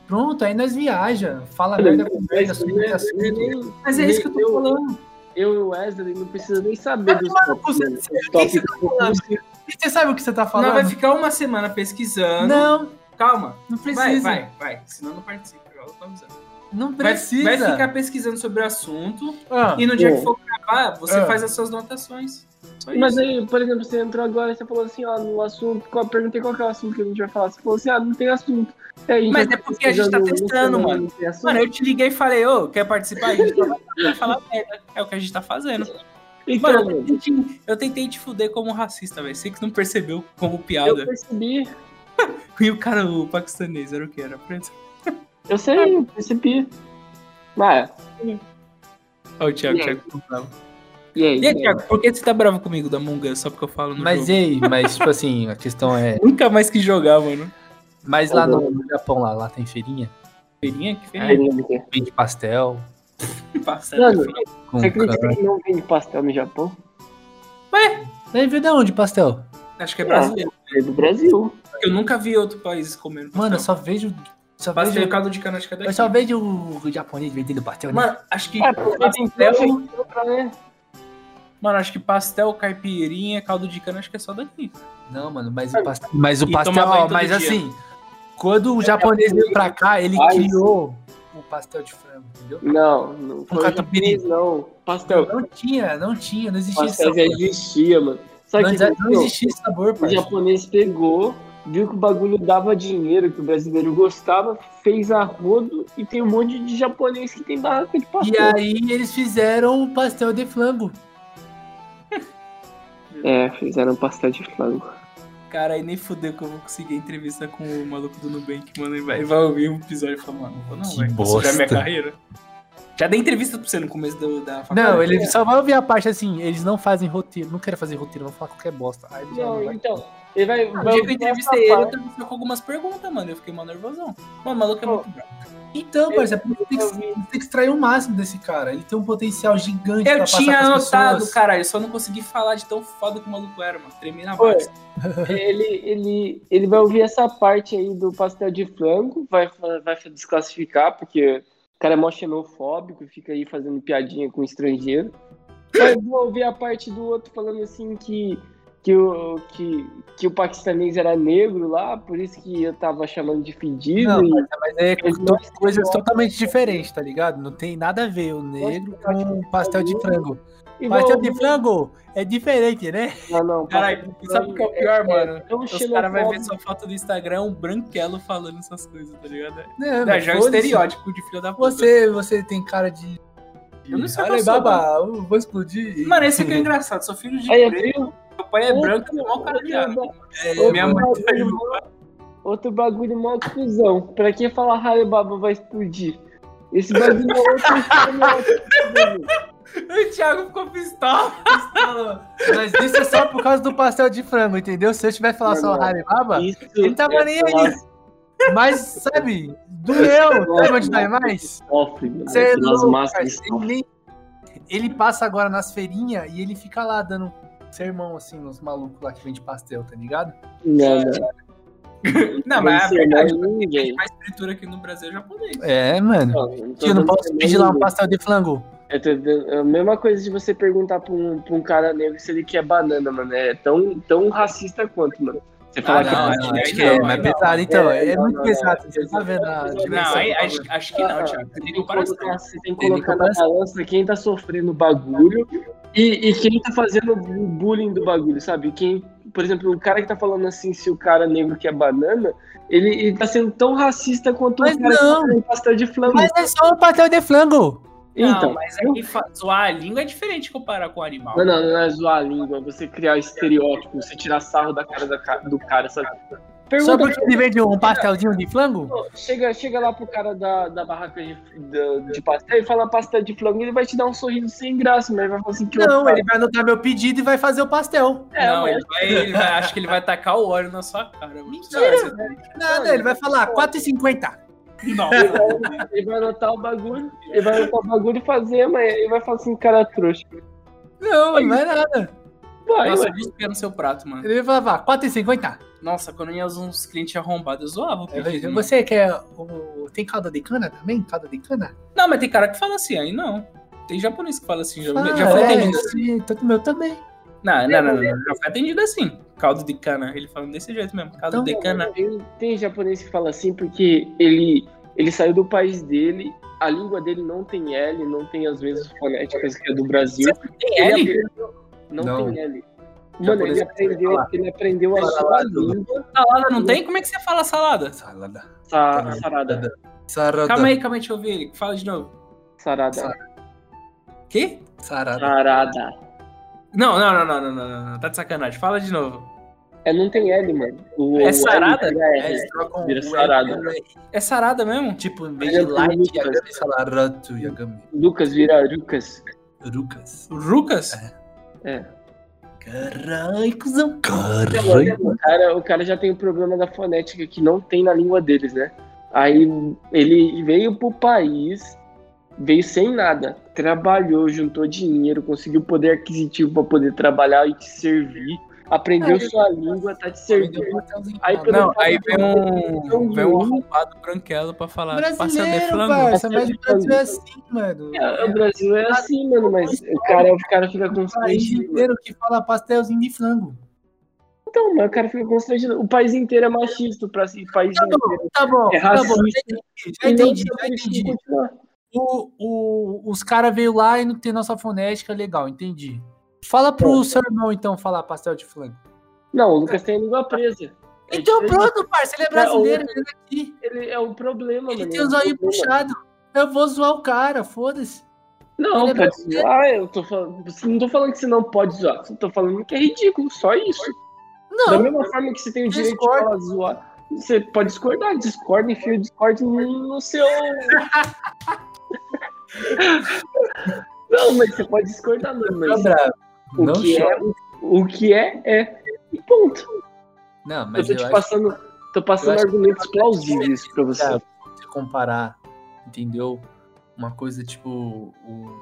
Speaker 3: Pronto, aí nós viaja. Fala merda
Speaker 5: né?
Speaker 3: com merda,
Speaker 6: assim,
Speaker 3: sobre assunto.
Speaker 6: Mas é isso que eu tô falando.
Speaker 5: Eu e o Wesley não precisa nem saber dos
Speaker 3: Mano,
Speaker 5: tópicos. né?
Speaker 3: você-
Speaker 5: mano.
Speaker 3: você-
Speaker 5: Os tópicos
Speaker 3: quem
Speaker 5: assim.
Speaker 6: assim.
Speaker 3: E Você sabe o que você tá
Speaker 6: Não, vai
Speaker 3: falando?
Speaker 6: ficar uma semana pesquisando.
Speaker 3: Não,
Speaker 6: Calma.
Speaker 3: não
Speaker 6: Vai,
Speaker 3: precisa.
Speaker 6: vai, vai. Senão não participa. Eu tô avisando.
Speaker 3: Não
Speaker 6: Vai-
Speaker 3: precisa.
Speaker 6: Vai, ficar pesquisando sobre o assunto.
Speaker 3: Ah,
Speaker 6: E no dia
Speaker 5: Pô.
Speaker 6: que for gravar, você
Speaker 3: Ah.
Speaker 6: faz as suas notações. Só isso.
Speaker 3: é
Speaker 5: Mas aí, por exemplo, você entrou agora e você falou assim, ó, no assunto, qual- eu perguntei qual que é o assunto que a gente vai falar. Você falou assim, ah, não tem assunto. E aí,
Speaker 6: Mas
Speaker 5: vai
Speaker 6: é porque a gente tá
Speaker 5: pesquisando,
Speaker 6: testando,
Speaker 5: não
Speaker 6: mano.
Speaker 5: tem assunto.
Speaker 6: Mano, eu te liguei e falei, ô, quer participar? A gente só vai falar merda. É o que a gente tá fazendo.
Speaker 5: Então,
Speaker 6: Mano, eu
Speaker 5: mano,
Speaker 6: tentei, eu tentei te fuder como racista, velho. Sei que você não percebeu como
Speaker 5: eu
Speaker 6: piada.
Speaker 5: percebi.
Speaker 6: E o cara, o paquistanês, era o que? Era preto?
Speaker 5: Eu sei, eu percebi. Mas,
Speaker 6: Ó, o Thiago,
Speaker 5: E aí?
Speaker 6: Thiago ficou bravo.
Speaker 5: e aí? né?
Speaker 6: E aí, Thiago, por que você tá bravo comigo da Among Us? Só porque eu falo no
Speaker 3: Mas
Speaker 6: jogo?
Speaker 3: e aí? Mas, tipo assim, a questão é.
Speaker 6: Nunca mais que jogar, mano.
Speaker 3: Mas lá no, no Japão, lá, lá tem feirinha.
Speaker 6: Feirinha? Que feirinha?
Speaker 5: Mano,
Speaker 3: Vende pastel.
Speaker 6: Passa,
Speaker 5: Mano,
Speaker 6: né?
Speaker 3: Com
Speaker 5: você acredita
Speaker 3: cana.
Speaker 5: que não vende pastel no Japão?
Speaker 3: Daí veio de onde pastel?
Speaker 6: Acho que é brasileiro.
Speaker 5: É do Brasil.
Speaker 6: Eu nunca vi outro país comendo. pastel.
Speaker 3: Mano, eu só vejo. Só
Speaker 6: Pastel
Speaker 3: vejo.
Speaker 6: caldo de cana, acho que é daqui.
Speaker 3: Eu só vejo o japonês vendendo pastel. Né?
Speaker 6: Mano, acho que
Speaker 5: É, porque tem
Speaker 6: pastel.
Speaker 5: tanta coisa pra né? ler.
Speaker 6: Mano, acho que pastel, caipirinha, caldo de cana, acho que é só daqui.
Speaker 3: Não, mano, mas o pastel. Mas o
Speaker 6: E
Speaker 3: pastel,
Speaker 6: tomar banho
Speaker 3: ó,
Speaker 6: todo
Speaker 3: mas
Speaker 6: dia.
Speaker 3: assim, quando o japonês veio pra cá, ele
Speaker 5: Ai,
Speaker 3: criou o pastel de frango, entendeu?
Speaker 5: Não, não foi
Speaker 3: catupiry.
Speaker 5: japonês, não. Pastel.
Speaker 3: Não tinha, não tinha, não existia esse
Speaker 5: Pastel já
Speaker 3: sabor.
Speaker 5: existia, mano. Só
Speaker 3: Não,
Speaker 5: que
Speaker 3: exa- não
Speaker 5: meu,
Speaker 3: existia esse sabor,
Speaker 5: o
Speaker 3: parceiro.
Speaker 5: japonês pegou, viu que o bagulho dava dinheiro, que o brasileiro gostava, fez a rodo e tem um monte de japonês que tem barraca de
Speaker 3: E
Speaker 5: pastel.
Speaker 3: aí eles fizeram o pastel de flango.
Speaker 5: É, fizeram pastel de frango.
Speaker 6: Cara, aí nem fudeu que eu vou conseguir a entrevista com o maluco do Nubank, mano. Ele vai, ele vai ouvir um episódio e falar, mano, não vou não,
Speaker 3: Que
Speaker 6: velho. Vou sujar
Speaker 3: bosta.
Speaker 6: minha carreira. Já dei entrevista pra você no começo do- da faculdade.
Speaker 3: Não, ele só vai ouvir a parte assim, eles não fazem roteiro, não querem fazer roteiro, vão falar qualquer bosta. Aí ele já
Speaker 5: Não,
Speaker 3: vai-
Speaker 5: então, ele vai.
Speaker 6: O
Speaker 3: Ah,
Speaker 6: dia
Speaker 5: vai
Speaker 6: que eu
Speaker 5: ouvir essa
Speaker 6: entrevistei ele, eu
Speaker 5: parte.
Speaker 6: tava com algumas perguntas, mano. Eu fiquei mó nervosão. Mano, o maluco é
Speaker 5: Pô.
Speaker 6: muito bravo.
Speaker 3: Então,
Speaker 5: Eu-
Speaker 3: parceiro, por isso tem que,
Speaker 5: eu vi.
Speaker 3: tem que extrair o máximo desse cara. Ele tem um potencial gigante
Speaker 6: Eu
Speaker 3: pra passar
Speaker 6: tinha
Speaker 3: pras
Speaker 6: anotado,
Speaker 3: pessoas.
Speaker 6: caralho. Eu só não consegui falar de tão foda que o maluco era, mano. Tremi na
Speaker 5: Pô,
Speaker 6: base.
Speaker 5: Ele, ele, ele vai ouvir essa parte aí do pastel de frango, vai, fa- vai se desclassificar, porque o cara é mó xenofóbico, fica aí fazendo piadinha com estrangeiro. Vai ouvir a parte do outro falando assim que, que o, que, que o paquistanês era negro lá, por isso que eu tava chamando de fedido.
Speaker 3: Não,
Speaker 5: e-
Speaker 3: mas, mas é
Speaker 5: Mas
Speaker 3: to-
Speaker 5: nós-
Speaker 3: coisas totalmente diferentes, tá ligado? Não tem nada a ver o negro com pastel de frango.
Speaker 5: e
Speaker 3: Pastel
Speaker 5: vão-
Speaker 3: de frango é diferente, né?
Speaker 5: Não, não,
Speaker 6: Caralho, sabe o que é o pior, mano?
Speaker 5: é um
Speaker 6: Os caras vão ver
Speaker 5: xenofóbico.
Speaker 6: sua foto do Instagram, um branquelo falando essas coisas, tá ligado? É,
Speaker 3: Não,
Speaker 6: já é um
Speaker 3: foda-se.
Speaker 6: estereótipo de filho da puta.
Speaker 3: Você, você tem cara de.
Speaker 6: Eu não sei o que eu
Speaker 3: Olha, é
Speaker 6: sou,
Speaker 3: baba, eu vou explodir.
Speaker 6: Mano, esse aqui é engraçado. Sou filho de
Speaker 5: Aí é
Speaker 6: preto, meu pai é
Speaker 5: Ô,
Speaker 6: branco, meu irmão é cara de água.
Speaker 3: é
Speaker 5: Ô,
Speaker 6: Minha mãe
Speaker 5: bagulho,
Speaker 6: tá
Speaker 5: mó- Outro bagulho mó cuzão. Pra que falar raio baba vai explodir? Esse bagulho é outro né, estereótipo.
Speaker 6: O Thiago ficou pistola.
Speaker 3: Mas isso é só por causa do pastel de frango, entendeu? Se eu tiver falar só
Speaker 5: Mano,
Speaker 3: Haribaba,
Speaker 5: Isso é
Speaker 3: Ele tava nem aí.
Speaker 5: classe
Speaker 3: mas sabe, doeu, sabe onde dói mais?
Speaker 5: sofre, mano.
Speaker 3: Cê é
Speaker 5: Aquelas
Speaker 3: louco,
Speaker 5: massas
Speaker 3: parceiro.
Speaker 5: sofrem.
Speaker 3: ele, ele passa agora nas feirinhas e ele fica lá dando sermão assim nos malucos lá que vende pastel, tá ligado?
Speaker 5: Não, não.
Speaker 6: Não, mas a
Speaker 5: Não sei
Speaker 6: verdade
Speaker 5: mais ninguém.
Speaker 6: mais fritura aqui no Brasil é japonês.
Speaker 3: É, mano.
Speaker 5: Não, não tô
Speaker 3: Eu não
Speaker 5: dando
Speaker 3: posso
Speaker 5: mais
Speaker 3: pedir lá um
Speaker 5: ninguém.
Speaker 3: pastel de frango.
Speaker 5: Eu tô dando- é a mesma coisa de você perguntar pra um, pra um cara negro se ele quer banana, mano. É tão, tão racista quanto, mano. Você falar que
Speaker 6: não,
Speaker 5: é
Speaker 6: acho
Speaker 5: banana.
Speaker 6: que é, mas
Speaker 3: pesado,
Speaker 5: então, é muito
Speaker 3: muito
Speaker 5: pesado,
Speaker 3: pesado. Você tá vendo a
Speaker 6: Não,
Speaker 3: diversão?
Speaker 6: aí, acho, acho que não, Thiago. Tem
Speaker 5: Tem que
Speaker 6: comparação.
Speaker 5: colocar- Você tem que
Speaker 3: Tem
Speaker 5: colocar na
Speaker 3: comparação.
Speaker 5: balança quem tá sofrendo o bagulho e, e quem tá fazendo o bullying do bagulho, sabe? Quem, por exemplo, o cara que tá falando assim, se o cara negro quer banana, ele, ele tá sendo tão racista quanto
Speaker 3: Mas
Speaker 5: o cara
Speaker 3: não.
Speaker 5: que tá fazendo pastel de flango.
Speaker 3: Mas é só um pastel de frango.
Speaker 5: então,
Speaker 6: não, mas aqui fa- zoar a língua é diferente comparar com o animal.
Speaker 5: Não, não, não é zoar a língua, é você criar estereótipo, você tirar sarro da cara da ca- do cara, sabe?
Speaker 3: Só
Speaker 5: Pergunta
Speaker 3: porque ele vende um pastelzinho de frango?
Speaker 5: Pô, Chega, chega lá pro cara da, da barraca de, da- de pastel e fala pastel de flango, ele vai te dar um sorriso sem graça, mas ele vai falar assim que
Speaker 3: Não,
Speaker 5: otário.
Speaker 3: ele vai anotar meu pedido e vai fazer o pastel.
Speaker 5: É,
Speaker 6: não,
Speaker 5: mas-
Speaker 6: ele vai, ele vai- acho que ele vai tacar o óleo na sua cara. mano.
Speaker 3: Mentira,
Speaker 6: Não, é você-
Speaker 3: Nada, ele vai
Speaker 5: é
Speaker 3: falar 4,50.
Speaker 6: Não.
Speaker 5: Ele vai- ele vai anotar o bagulho, ele vai anotar o bagulho e fazer, mas ele vai falar assim, cara trouxa.
Speaker 3: Não, não é nada.
Speaker 5: Vai,
Speaker 6: Nossa,
Speaker 5: ué.
Speaker 6: eu vi isso que é no seu prato, mano.
Speaker 3: Ele vai falar 4,50.
Speaker 6: Nossa, quando ia uns clientes arrombados, É, eu zoava
Speaker 3: É
Speaker 6: o pedido, mano.
Speaker 3: Você quer. o- Tem calda de cana também? Calda de cana?
Speaker 6: Não, mas tem cara que fala assim, aí não. Tem japonês que fala assim, já,
Speaker 3: Ah,
Speaker 6: já foi
Speaker 3: é,
Speaker 6: atendido assim.
Speaker 3: sim, todo meu também.
Speaker 6: Não, não, não, não, já foi atendido assim. Caldo de cana, ele falando desse jeito mesmo, caldo
Speaker 3: Então,
Speaker 6: de cana.
Speaker 5: Tem- Tem japonês que fala assim porque ele, ele saiu do país dele, a língua dele não tem L, não tem as mesmas fonéticas que a do Brasil.
Speaker 6: Tem
Speaker 5: Ele
Speaker 6: L?
Speaker 5: aprendeu- Não,
Speaker 3: Não.
Speaker 5: tem L. Mano, ele
Speaker 3: Japonês-
Speaker 5: aprendeu, ele aprendeu a
Speaker 3: Fala
Speaker 5: sua
Speaker 3: lá, Dudu.
Speaker 5: língua
Speaker 6: Salada não tem? Como é que você fala salada?
Speaker 3: Salada.
Speaker 5: sa- sarada.
Speaker 3: Sarada.
Speaker 6: Calma aí, calma aí, deixa eu ouvir ele. Fala de novo.
Speaker 5: Sarada.
Speaker 6: Quê?
Speaker 3: Sarada.
Speaker 5: Sarada.
Speaker 6: Não, não, não, não, não, não, não, não, tá de sacanagem. Fala de novo.
Speaker 5: É, não tem L, mano. O-
Speaker 6: É
Speaker 5: o
Speaker 6: sarada?
Speaker 5: L, é,
Speaker 3: É, eles trocam
Speaker 5: Vira
Speaker 3: o-
Speaker 5: sarada.
Speaker 6: É sarada mesmo?
Speaker 3: né? Tipo, em vez de light, Yagami, Salaratu, Yagami.
Speaker 5: Lucas vira Lucas.
Speaker 3: Rukas.
Speaker 6: Rucas?
Speaker 3: É. Caralho, cuzão.
Speaker 5: O cara, o cara já tem o problema da fonética que não tem na língua deles, né? Aí ele veio pro país, veio sem nada, trabalhou, juntou dinheiro, conseguiu poder aquisitivo pra poder trabalhar e te servir, aprendeu sua língua, tá te servindo. Aí, pelo
Speaker 6: Não,
Speaker 5: fato
Speaker 6: aí
Speaker 5: de
Speaker 6: vem um,
Speaker 5: você-
Speaker 6: vem um arrombado branquelo pra falar. Pastel de
Speaker 3: Brasileiro,
Speaker 6: flango.
Speaker 3: parça, mas o Brasil é assim, mano.
Speaker 5: É, O Brasil é assim, mano, mas o cara, o cara fica
Speaker 3: O país
Speaker 5: constrangido.
Speaker 3: inteiro que fala pastelzinho de frango.
Speaker 5: Então, mano, o cara fica constrangido. O país inteiro é machista, o pra- o país
Speaker 3: Tá
Speaker 5: inteiro.
Speaker 3: bom, tá bom,
Speaker 5: É
Speaker 3: tá bom.
Speaker 5: racista.
Speaker 3: Já entendi,
Speaker 5: E não tem
Speaker 3: já
Speaker 5: como
Speaker 3: entendi.
Speaker 5: continuar.
Speaker 3: O, o- os caras veio lá e não tem nossa fonética, legal, entendi. Fala pro seu irmão, então, falar pastel de frango.
Speaker 5: Não, o Lucas tem a língua presa. É
Speaker 3: Então
Speaker 5: diferente.
Speaker 3: pronto, parça, ele é brasileiro, ele é daqui.
Speaker 5: Ele é o problema,
Speaker 3: Ele
Speaker 5: mano.
Speaker 3: tem os
Speaker 5: é um
Speaker 3: olhos
Speaker 5: problema.
Speaker 3: puxados. Eu vou zoar o cara, foda-se.
Speaker 5: Não,
Speaker 3: Ele é
Speaker 5: pode zoar. Eu tô falando, não tô falando que você não pode zoar. Eu tô falando que é ridículo, só isso. Da
Speaker 3: Não,
Speaker 5: mesma forma que você tem o direito
Speaker 3: Discordo.
Speaker 5: de falar zoar, você pode discordar. Discorda, enfia o Discord no no seu. não, mas você pode discordar, não. Mas o,
Speaker 3: não
Speaker 5: que é,
Speaker 3: chora.
Speaker 5: o que é, é. E ponto.
Speaker 3: Não,
Speaker 5: Eu
Speaker 3: mas
Speaker 5: tô
Speaker 3: eu,
Speaker 5: te
Speaker 3: acho
Speaker 5: passando, tô passando
Speaker 3: acho que- Ah,
Speaker 5: argumentos plausíveis pra você.
Speaker 3: Cara, se comparar, entendeu? Uma coisa tipo o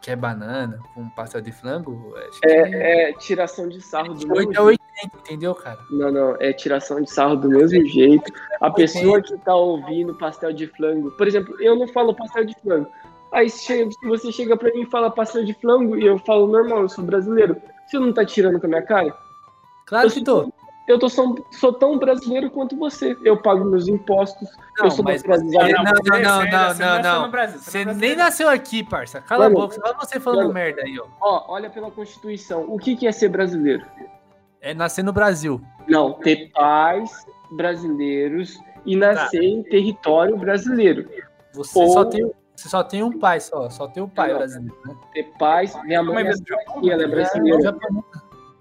Speaker 3: que é banana com um pastel de frango, acho que é,
Speaker 5: É tiração de sarro do meu
Speaker 3: 8 a 80, entendeu, cara?
Speaker 5: Não, não, é tiração de sarro do mesmo jeito. A pessoa que tá ouvindo pastel de flango, por exemplo, eu não falo pastel de flango. Aí che- se você chega pra mim e fala pastel de flango e eu falo normal, eu sou brasileiro. Você não tá tirando com a minha cara?
Speaker 3: Claro que tô.
Speaker 5: Eu tô só- sou tão brasileiro quanto você. Eu pago meus impostos. eu sou
Speaker 3: mas
Speaker 5: brasileiro.
Speaker 3: Não,
Speaker 6: você- é,
Speaker 3: não, não,
Speaker 6: você
Speaker 3: não,
Speaker 6: nasceu- nasceu
Speaker 3: não.
Speaker 6: no Brasil,
Speaker 3: Você
Speaker 6: não é
Speaker 3: nem
Speaker 6: brasileiro.
Speaker 3: nasceu aqui, parça. Cala a
Speaker 5: Mano,
Speaker 3: boca, só você falando
Speaker 5: mano.
Speaker 3: merda aí, ó.
Speaker 5: Ó, olha pela Constituição. O que, que é ser brasileiro?
Speaker 3: É nascer no Brasil.
Speaker 5: Não, ter pais brasileiros e nascer em território brasileiro.
Speaker 3: Você
Speaker 5: Ou-
Speaker 3: só tem você só tem um pai só, só tem um pai
Speaker 5: Não.
Speaker 3: brasileiro, né?
Speaker 5: Ter pais. Minha mãe
Speaker 6: Mas
Speaker 5: nasceu aqui, ela é brasileira.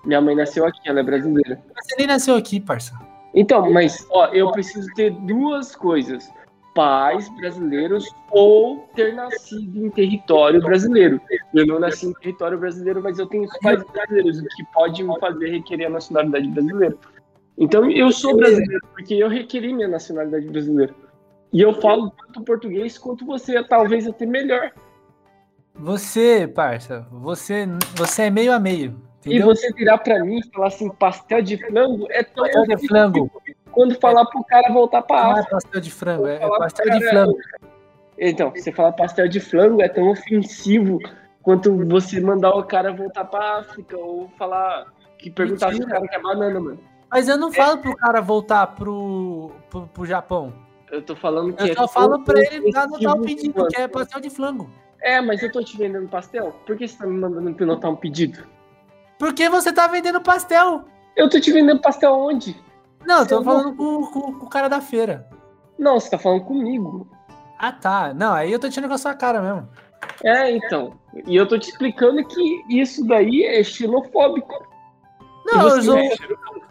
Speaker 5: Minha mãe nasceu aqui, ela é brasileira.
Speaker 3: Mas Você nem nasceu aqui, parça.
Speaker 5: Então, mas ó, eu preciso ter duas coisas: pais brasileiros ou ter nascido em território brasileiro. Eu não nasci em território brasileiro, mas eu tenho pais brasileiros, o que pode me fazer requerer a nacionalidade brasileira. Então, eu sou brasileiro porque eu requeri minha nacionalidade brasileira. E eu falo tanto português quanto você, talvez até melhor.
Speaker 3: Você, parça, você, você é meio a meio.
Speaker 5: E
Speaker 3: Entendeu?
Speaker 5: você virar pra mim e falar assim, pastel de frango é tão
Speaker 3: Pastel de frango.
Speaker 5: quando falar pro cara voltar pra
Speaker 3: Não
Speaker 5: África.
Speaker 3: é pastel de frango, é, é
Speaker 5: Falar
Speaker 3: pastel
Speaker 5: pro
Speaker 3: de
Speaker 5: cara-
Speaker 3: frango.
Speaker 5: Então, você falar pastel de flango é tão ofensivo quanto você mandar o cara voltar pra África ou falar que perguntar se o cara quer banana, mano.
Speaker 3: Mas
Speaker 5: é
Speaker 3: eu não falo pro cara voltar pro, pro, pro Japão.
Speaker 5: Eu tô falando que
Speaker 3: Eu
Speaker 5: é
Speaker 3: só falo pra ele anotar o
Speaker 5: ofensivo
Speaker 3: pedido,
Speaker 5: quanto-
Speaker 3: que é pastel de frango.
Speaker 5: É, mas eu tô te vendendo pastel? Por que você tá me mandando anotar um pedido?
Speaker 3: Porque você tá vendendo pastel.
Speaker 5: Eu tô te vendendo pastel onde?
Speaker 3: Não, eu tô
Speaker 5: Seu
Speaker 3: falando com, com- com o cara da feira.
Speaker 5: Não, você tá falando comigo.
Speaker 3: Ah, tá. Não, aí eu tô tirando com a sua cara mesmo.
Speaker 5: É, então. E eu tô te explicando que isso daí é xenofóbico. E
Speaker 3: Não, eu
Speaker 5: você
Speaker 3: sou,
Speaker 5: mexe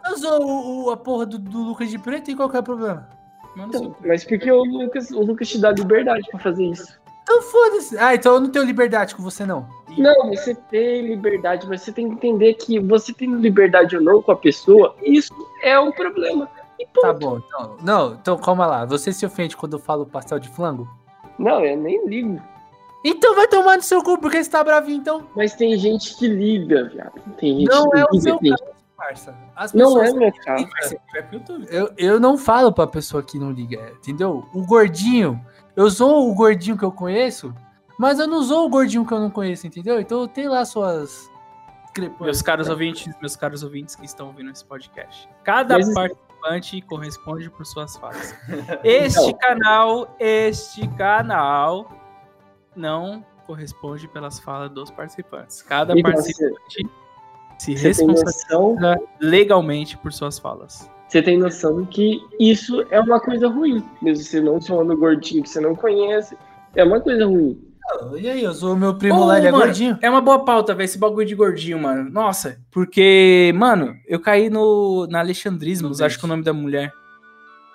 Speaker 3: eu sou o, o- a porra do, do Lucas de Preto e qual que é o problema?
Speaker 5: Então, mas porque o Lucas, o Lucas te dá liberdade pra fazer isso.
Speaker 3: Então foda-se. Ah, então eu não tenho liberdade com você, não.
Speaker 5: Não, você tem liberdade, mas você tem que entender que você tendo liberdade ou não com a pessoa, isso é um problema. E
Speaker 3: Tá
Speaker 5: ponto.
Speaker 3: bom, então. Não, então calma lá. Você se ofende quando eu falo pastel de flango?
Speaker 5: Não, eu nem ligo.
Speaker 3: Então vai tomar no seu cu, porque você tá bravinho, então.
Speaker 5: Mas tem gente que liga, viado. Tem gente
Speaker 3: Não
Speaker 5: que
Speaker 3: é o
Speaker 5: liga,
Speaker 3: seu
Speaker 5: tem-
Speaker 3: caso, parça. As
Speaker 5: Não
Speaker 3: pessoas
Speaker 5: é, meu cara.
Speaker 3: Eu, eu não falo pra pessoa que não liga, é, entendeu? O gordinho, eu sou o gordinho que eu conheço, mas eu não sou o gordinho que eu não conheço, entendeu? Então tem lá suas.
Speaker 6: Meus caros ouvintes, meus caros ouvintes que estão ouvindo esse podcast. Cada
Speaker 5: Mas-
Speaker 6: participante corresponde por suas falas. Este canal, este canal não corresponde pelas falas dos participantes. Cada
Speaker 5: Então,
Speaker 6: participante se
Speaker 5: Você tem
Speaker 6: responsabiliza
Speaker 5: noção,
Speaker 6: legalmente por suas falas.
Speaker 5: você tem noção que isso é uma coisa ruim. Mesmo você não zoando gordinho que você não conhece, é uma coisa ruim.
Speaker 3: E aí, eu sou o meu primo
Speaker 6: Ô,
Speaker 3: lá, ele é
Speaker 6: mano,
Speaker 3: gordinho.
Speaker 6: É uma boa pauta, velho, esse bagulho de gordinho, mano. Nossa, porque, mano, eu caí no na Alexandrismos, acho que é o nome da mulher.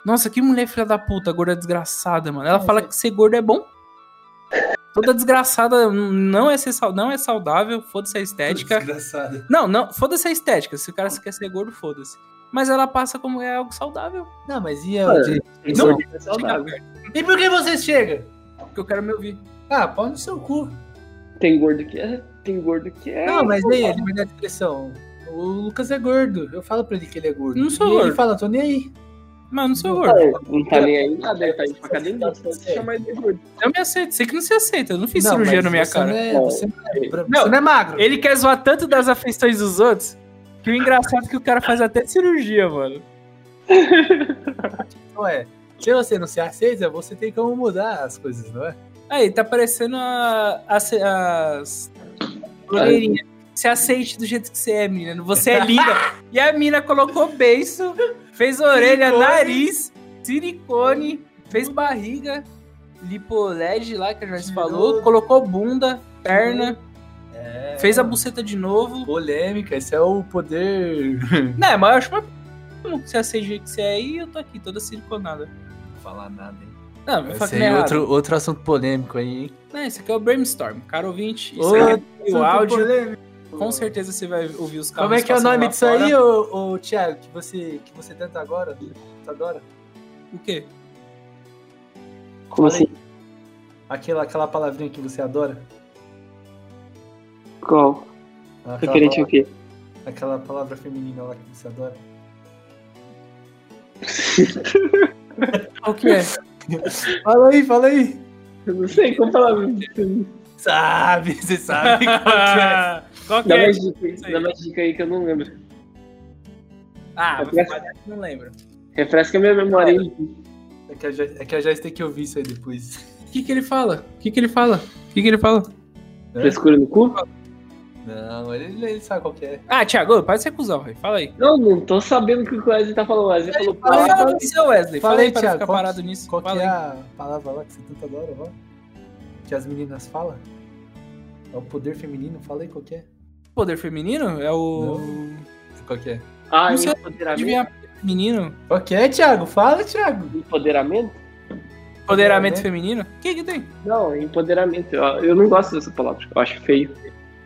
Speaker 6: Nossa, que mulher filha da puta, gorda desgraçada, mano. Ela fala que ser gordo é bom. Toda desgraçada não é, ser, sau- não é saudável, foda-se a estética.
Speaker 9: Desgraçada.
Speaker 6: Não, não, foda-se a estética. Se o cara quer ser gordo, foda-se. Mas ela passa como é algo saudável.
Speaker 3: Não, mas e eu?
Speaker 5: Mano,
Speaker 6: Não,
Speaker 5: é saudável.
Speaker 3: E por que você chega?
Speaker 6: porque eu quero me ouvir.
Speaker 3: Ah, pau no seu cu.
Speaker 5: Tem gordo que é. Tem gordo que é.
Speaker 3: Não, mas aí, liberdade de expressão. O Lucas é gordo. Eu falo pra ele que ele é gordo.
Speaker 6: Não sou
Speaker 3: e Ele
Speaker 6: gordo.
Speaker 3: fala, tô nem aí.
Speaker 6: Mano, não sou gordo.
Speaker 5: Não, não tá nem aí nada, ele tá indo pra academia. Você chama ele de gordo.
Speaker 6: Eu me aceito. Sei que não se aceita. Eu não fiz
Speaker 3: Não,
Speaker 6: cirurgia
Speaker 3: mas
Speaker 6: na minha
Speaker 3: você
Speaker 6: cara.
Speaker 3: Não é,
Speaker 5: Não.
Speaker 3: você, não é, você
Speaker 6: Não.
Speaker 3: não é magro.
Speaker 6: Ele quer zoar tanto das afeições dos outros que o engraçado é que o cara faz até cirurgia, mano.
Speaker 3: Não é. Se você não se aceita, é você tem como mudar as coisas, não é?
Speaker 6: Aí, tá parecendo a, as- as. blogueirinhas. Se aceite do jeito que você é, menina. Você é linda. e a mina colocou beiço, fez orelha,
Speaker 3: Silicone.
Speaker 6: nariz, silicone, fez barriga, lipolege lá, que a Joyce
Speaker 3: Tirou.
Speaker 6: falou, colocou bunda, perna,
Speaker 3: É.
Speaker 6: fez a buceta de novo.
Speaker 3: Polêmica, esse é o poder.
Speaker 6: Né, mas eu acho uma. p- Não se aceite do jeito que você é e eu tô aqui toda siliconada.
Speaker 3: Não falar nada, hein?
Speaker 6: Não, vai falar que
Speaker 3: Esse
Speaker 6: não é
Speaker 3: é
Speaker 6: errado.
Speaker 3: outro, outro assunto polêmico aí, hein?
Speaker 6: Não, esse aqui é o Brainstorm, cara ouvinte. Isso
Speaker 3: Outro
Speaker 6: aqui é o áudio.
Speaker 3: polêmico.
Speaker 6: Com certeza você vai ouvir os carros.
Speaker 3: Como é que é o
Speaker 6: passando
Speaker 3: nome
Speaker 6: lá
Speaker 3: disso
Speaker 6: fora.
Speaker 3: aí, ô, ô, Thiago? Que você, que você tanto agora? tanto adora?
Speaker 6: O quê?
Speaker 5: Como assim?
Speaker 3: Aquela, aquela palavrinha que você adora?
Speaker 5: Qual?
Speaker 3: Aquela,
Speaker 5: Referente ao
Speaker 3: palavra,
Speaker 5: quê?
Speaker 3: aquela palavra feminina lá que você adora?
Speaker 6: O que é?
Speaker 3: Fala aí, fala aí!
Speaker 5: Eu não sei como falar.
Speaker 6: É,
Speaker 3: Sabe, você sabe qual que é.
Speaker 6: Qual que
Speaker 5: Dá
Speaker 6: é?
Speaker 5: mais dica aí, dá mais dica aí que eu não lembro.
Speaker 6: Ah,
Speaker 5: Refresca,
Speaker 6: não lembro.
Speaker 5: refresca minha memória aí.
Speaker 3: É que a Joyce, é que a Joyce tem que ouvir isso aí depois.
Speaker 6: O que que ele fala? O que que ele fala? O que que ele fala? É.
Speaker 5: Frescura Tá no cu?
Speaker 3: Não, ele, ele sabe qual que é.
Speaker 6: Ah, Thiago, para de ser cuzão, velho. Fala aí.
Speaker 5: Não, não tô sabendo o que o Wesley tá falando. O Wesley falou, pô,
Speaker 6: É, Fala, fala do seu, Wesley. Fala
Speaker 3: Falei,
Speaker 6: aí pra
Speaker 3: Thiago,
Speaker 6: ficar
Speaker 3: qual-
Speaker 6: parado nisso.
Speaker 3: Qual que
Speaker 6: Fala
Speaker 3: é
Speaker 6: aí.
Speaker 3: a palavra lá que você tanto adora, ó? Que as meninas falam? É o poder feminino? Fala aí qual que é.
Speaker 6: Poder feminino? É o...
Speaker 3: Qual que é?
Speaker 5: ah,
Speaker 6: Não sei.
Speaker 5: empoderamento.
Speaker 6: Adivinha feminino?
Speaker 3: Qual que é, Thiago? Fala, Thiago.
Speaker 5: Empoderamento?
Speaker 6: Empoderamento
Speaker 3: né?
Speaker 6: feminino? O que que tem?
Speaker 5: Não, empoderamento. Eu, eu não gosto dessa palavra, eu acho feio.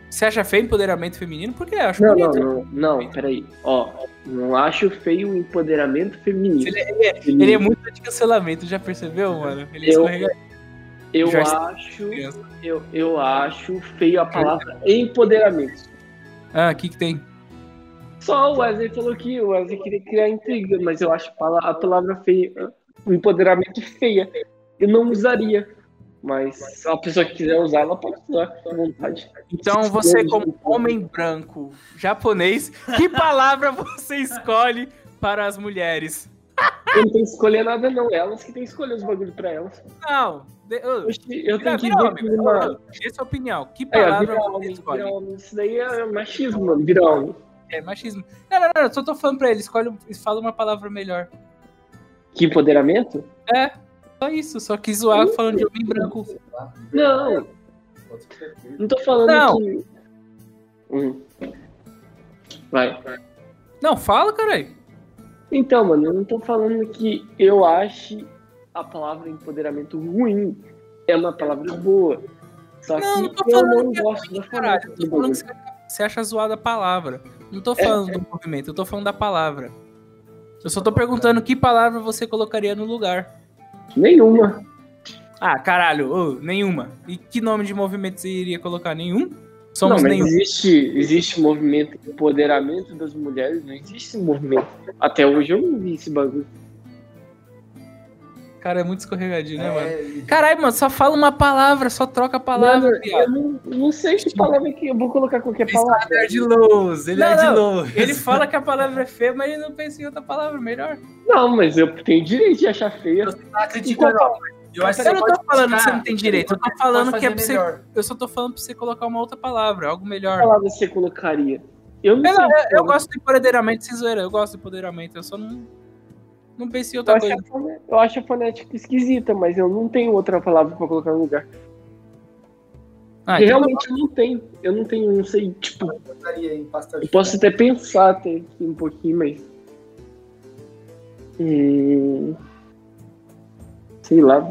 Speaker 6: Você acha feio empoderamento feminino? Por quê? Eu acho
Speaker 5: Não, não,
Speaker 6: bonito.
Speaker 5: não, não, peraí. Ó, não acho feio o empoderamento feminino.
Speaker 6: Ele Ele é muito de cancelamento, já percebeu, mano? Ele é
Speaker 5: Eu-
Speaker 6: escorregador.
Speaker 5: Eu
Speaker 6: Já está-
Speaker 5: acho, eu, eu acho feio a palavra empoderamento.
Speaker 6: Ah, o que que tem?
Speaker 5: Só o Wesley falou que o Wesley queria criar intriga, mas eu acho pala- a palavra feia, empoderamento feia. Eu não usaria. Mas se a pessoa que quiser usar, ela pode usar à vontade.
Speaker 6: Então, você, como homem branco japonês, que palavra você escolhe para as mulheres?
Speaker 5: Eu não tenho que escolher nada, não. Elas que têm que escolher os bagulho pra elas.
Speaker 6: Não. De, ô,
Speaker 5: Oxe, Eu
Speaker 6: vira,
Speaker 5: tenho que
Speaker 6: vira
Speaker 5: ver
Speaker 6: homem,
Speaker 5: que
Speaker 6: vira
Speaker 5: uma.
Speaker 6: homem. Dê sua opinião. Que
Speaker 5: É, ó,
Speaker 6: palavra
Speaker 5: virar
Speaker 6: você
Speaker 5: homem,
Speaker 6: escolhe?
Speaker 5: virar homem. Isso daí é machismo, mano. Virar homem.
Speaker 6: É machismo. Não, não, não, eu só tô falando pra ele. Escolhe, um- fala uma palavra melhor.
Speaker 5: Que empoderamento?
Speaker 6: É, só isso. Só quis zoar falando de homem branco.
Speaker 5: Não. Não tô falando
Speaker 6: Não.
Speaker 5: que. Hum. Vai.
Speaker 6: Não, fala, caralho.
Speaker 5: Então, mano, eu não tô falando que eu ache a palavra empoderamento ruim. É uma palavra boa. Só
Speaker 6: Não, não
Speaker 5: que
Speaker 6: tô
Speaker 5: eu
Speaker 6: falando
Speaker 5: não
Speaker 6: que é
Speaker 5: gosto da
Speaker 6: Caralho,
Speaker 5: palavra.
Speaker 6: eu tô falando que você, você acha zoada a palavra. Não
Speaker 5: É.
Speaker 6: tô falando do movimento, eu tô falando da palavra. Eu só tô perguntando que palavra você colocaria no lugar.
Speaker 5: Nenhuma.
Speaker 6: Ah, caralho, ô, nenhuma. E que nome de movimento você iria colocar? Nenhum? Somos
Speaker 5: não, mas
Speaker 6: nenhum.
Speaker 5: existe, existe movimento de empoderamento das mulheres, não existe esse movimento. Até hoje eu não vi esse bagulho.
Speaker 6: Cara, é muito escorregadinho, né, mano?
Speaker 3: É,
Speaker 6: Caralho, mano, só fala uma palavra, só troca a palavra,
Speaker 5: Mano,
Speaker 6: viado.
Speaker 5: eu não, não sei que palavra que eu vou colocar qualquer palavra.
Speaker 3: ele é de Lowe's, ele
Speaker 6: Não,
Speaker 3: é de
Speaker 6: não.
Speaker 3: Lowe's.
Speaker 6: Ele fala que a palavra é feia, mas ele não pensa em outra palavra melhor.
Speaker 5: Não, mas eu tenho direito de achar feia.
Speaker 3: tá
Speaker 6: é
Speaker 5: é
Speaker 3: criticando, ó. Eu acho que
Speaker 6: Eu não tô falando que
Speaker 3: criticar,
Speaker 6: você não tem direito, eu tô falando
Speaker 3: pode
Speaker 6: que é pra
Speaker 3: fazer
Speaker 6: você.
Speaker 3: melhor.
Speaker 6: Eu só tô falando pra você colocar uma outra palavra, algo melhor.
Speaker 5: Que palavra você colocaria? Eu não
Speaker 6: Eu, não,
Speaker 5: sei. é
Speaker 6: eu- eu gosto de empoderamento, sem zoeira. Eu gosto de empoderamento. Eu só não. Não pensei em
Speaker 5: Eu
Speaker 6: outra
Speaker 5: acho,
Speaker 6: coisa.
Speaker 5: a fone- eu acho a fonética esquisita, mas eu não tenho outra palavra pra colocar no lugar.
Speaker 6: Ah,
Speaker 5: Porque
Speaker 6: então-
Speaker 5: realmente eu não tenho. Eu não tenho, não sei, tipo,
Speaker 3: Eu daria em pastel de
Speaker 5: eu posso até pensar até aqui um pouquinho, mas. Hum, sei lá.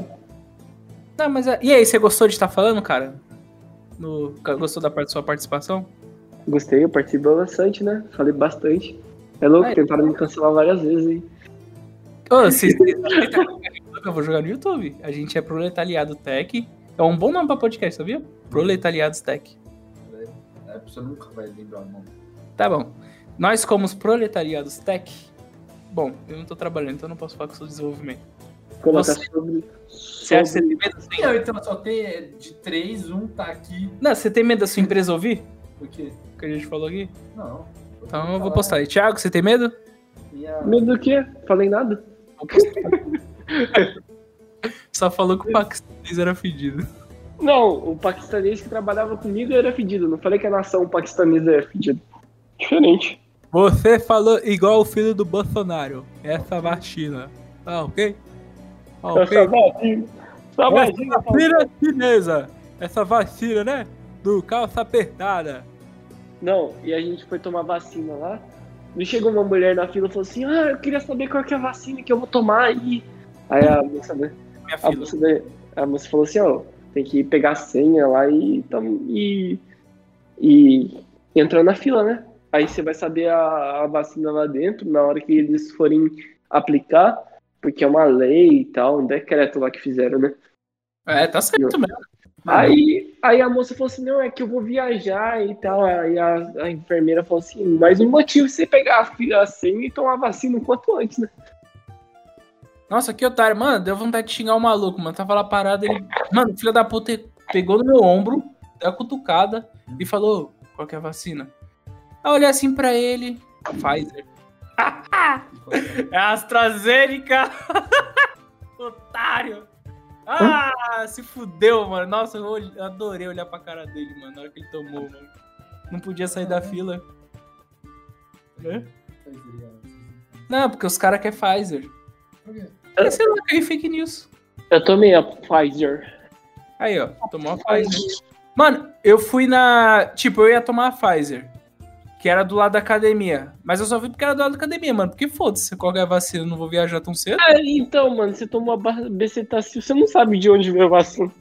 Speaker 6: Não, mas. é- E aí, você gostou de estar falando, cara? No... Gostou da parte- sua participação?
Speaker 5: Gostei, eu participei bastante, né? Falei bastante. É louco,
Speaker 6: Ai.
Speaker 5: tentaram me cancelar várias vezes aí.
Speaker 6: Ô, se- se- eu vou jogar no YouTube. A gente é Proletariado Tech. É um bom nome pra podcast, sabia? Proletariados Tech.
Speaker 3: A pessoa É, nunca vai lembrar o nome.
Speaker 6: Tá bom. Nós, como os Proletariados Tech. Bom, eu não tô trabalhando, então eu não posso falar com o seu desenvolvimento.
Speaker 5: Colocar
Speaker 6: Você-
Speaker 5: sobre.
Speaker 6: Você acha que você
Speaker 5: sobre-
Speaker 6: tem medo? da sua-
Speaker 3: Eu, então, só tem de três, um tá aqui.
Speaker 6: Não, você tem medo da sua empresa ouvir?
Speaker 3: Por quê?
Speaker 6: O que a gente falou aqui?
Speaker 3: Não.
Speaker 6: Então eu vou postar aí. Thiago, você tem medo?
Speaker 3: Minha...
Speaker 5: Medo do quê? Falei nada?
Speaker 6: Só falou que o paquistanês era fedido.
Speaker 5: Não, o paquistanês que trabalhava comigo era fedido. Não falei que a nação paquistanesa era fedida. Diferente.
Speaker 6: Você falou igual o filho do Bolsonaro. Essa vacina. Tá ok? Tá
Speaker 5: Essa
Speaker 6: ok?
Speaker 5: vacina. Essa tá vacina.
Speaker 6: Essa vacina é chinesa. Essa vacina, né? Do calça apertada.
Speaker 5: Não, e a gente foi tomar vacina lá. Não chegou uma mulher na fila e falou assim: Ah, eu queria saber qual que é a vacina que eu vou tomar aí. Aí a moça, da-
Speaker 6: Minha
Speaker 5: a
Speaker 6: filha.
Speaker 5: moça, da- a moça falou assim: Ó, tem que pegar a senha lá e, tam- e, e entrar na fila, né? Aí você vai saber a, a vacina lá dentro, na hora que eles forem aplicar, porque é uma lei e tal, um decreto lá que fizeram, né?
Speaker 6: É, tá certo mesmo.
Speaker 5: Aí, aí a moça falou assim, não, é que eu vou viajar e tal. Aí a, a enfermeira falou assim, mais um motivo você pegar a, fi- a senha e tomar a vacina o quanto antes, né?
Speaker 6: Nossa, que otário. Mano, deu vontade de xingar o maluco, mano. Tava lá parado, ele... Mano, o filho da puta pegou no meu ombro, deu uma cutucada e falou, qual que é a vacina? Aí eu olhei assim pra ele, Pfizer. É a AstraZeneca! Otário! Ah, se fudeu, mano. Nossa, eu olh- adorei olhar pra cara dele, mano, na hora que ele tomou, mano. Não podia sair da fila. Hã? Não, porque os caras querem Pfizer.
Speaker 9: Por quê?
Speaker 6: Eu sei lá, que é fake news.
Speaker 5: Eu tomei a Pfizer.
Speaker 6: Aí, ó, tomou a Pfizer. Mano, eu fui na. Tipo, eu ia tomar a Pfizer, que era do lado da academia. Mas eu só fui porque era do lado da academia, mano. Porque foda-se, qual que é a vacina? Eu não vou viajar tão cedo.
Speaker 5: Ah, então, mano, você tomou a ba- Becetacil, você não sabe de onde veio o vacilo.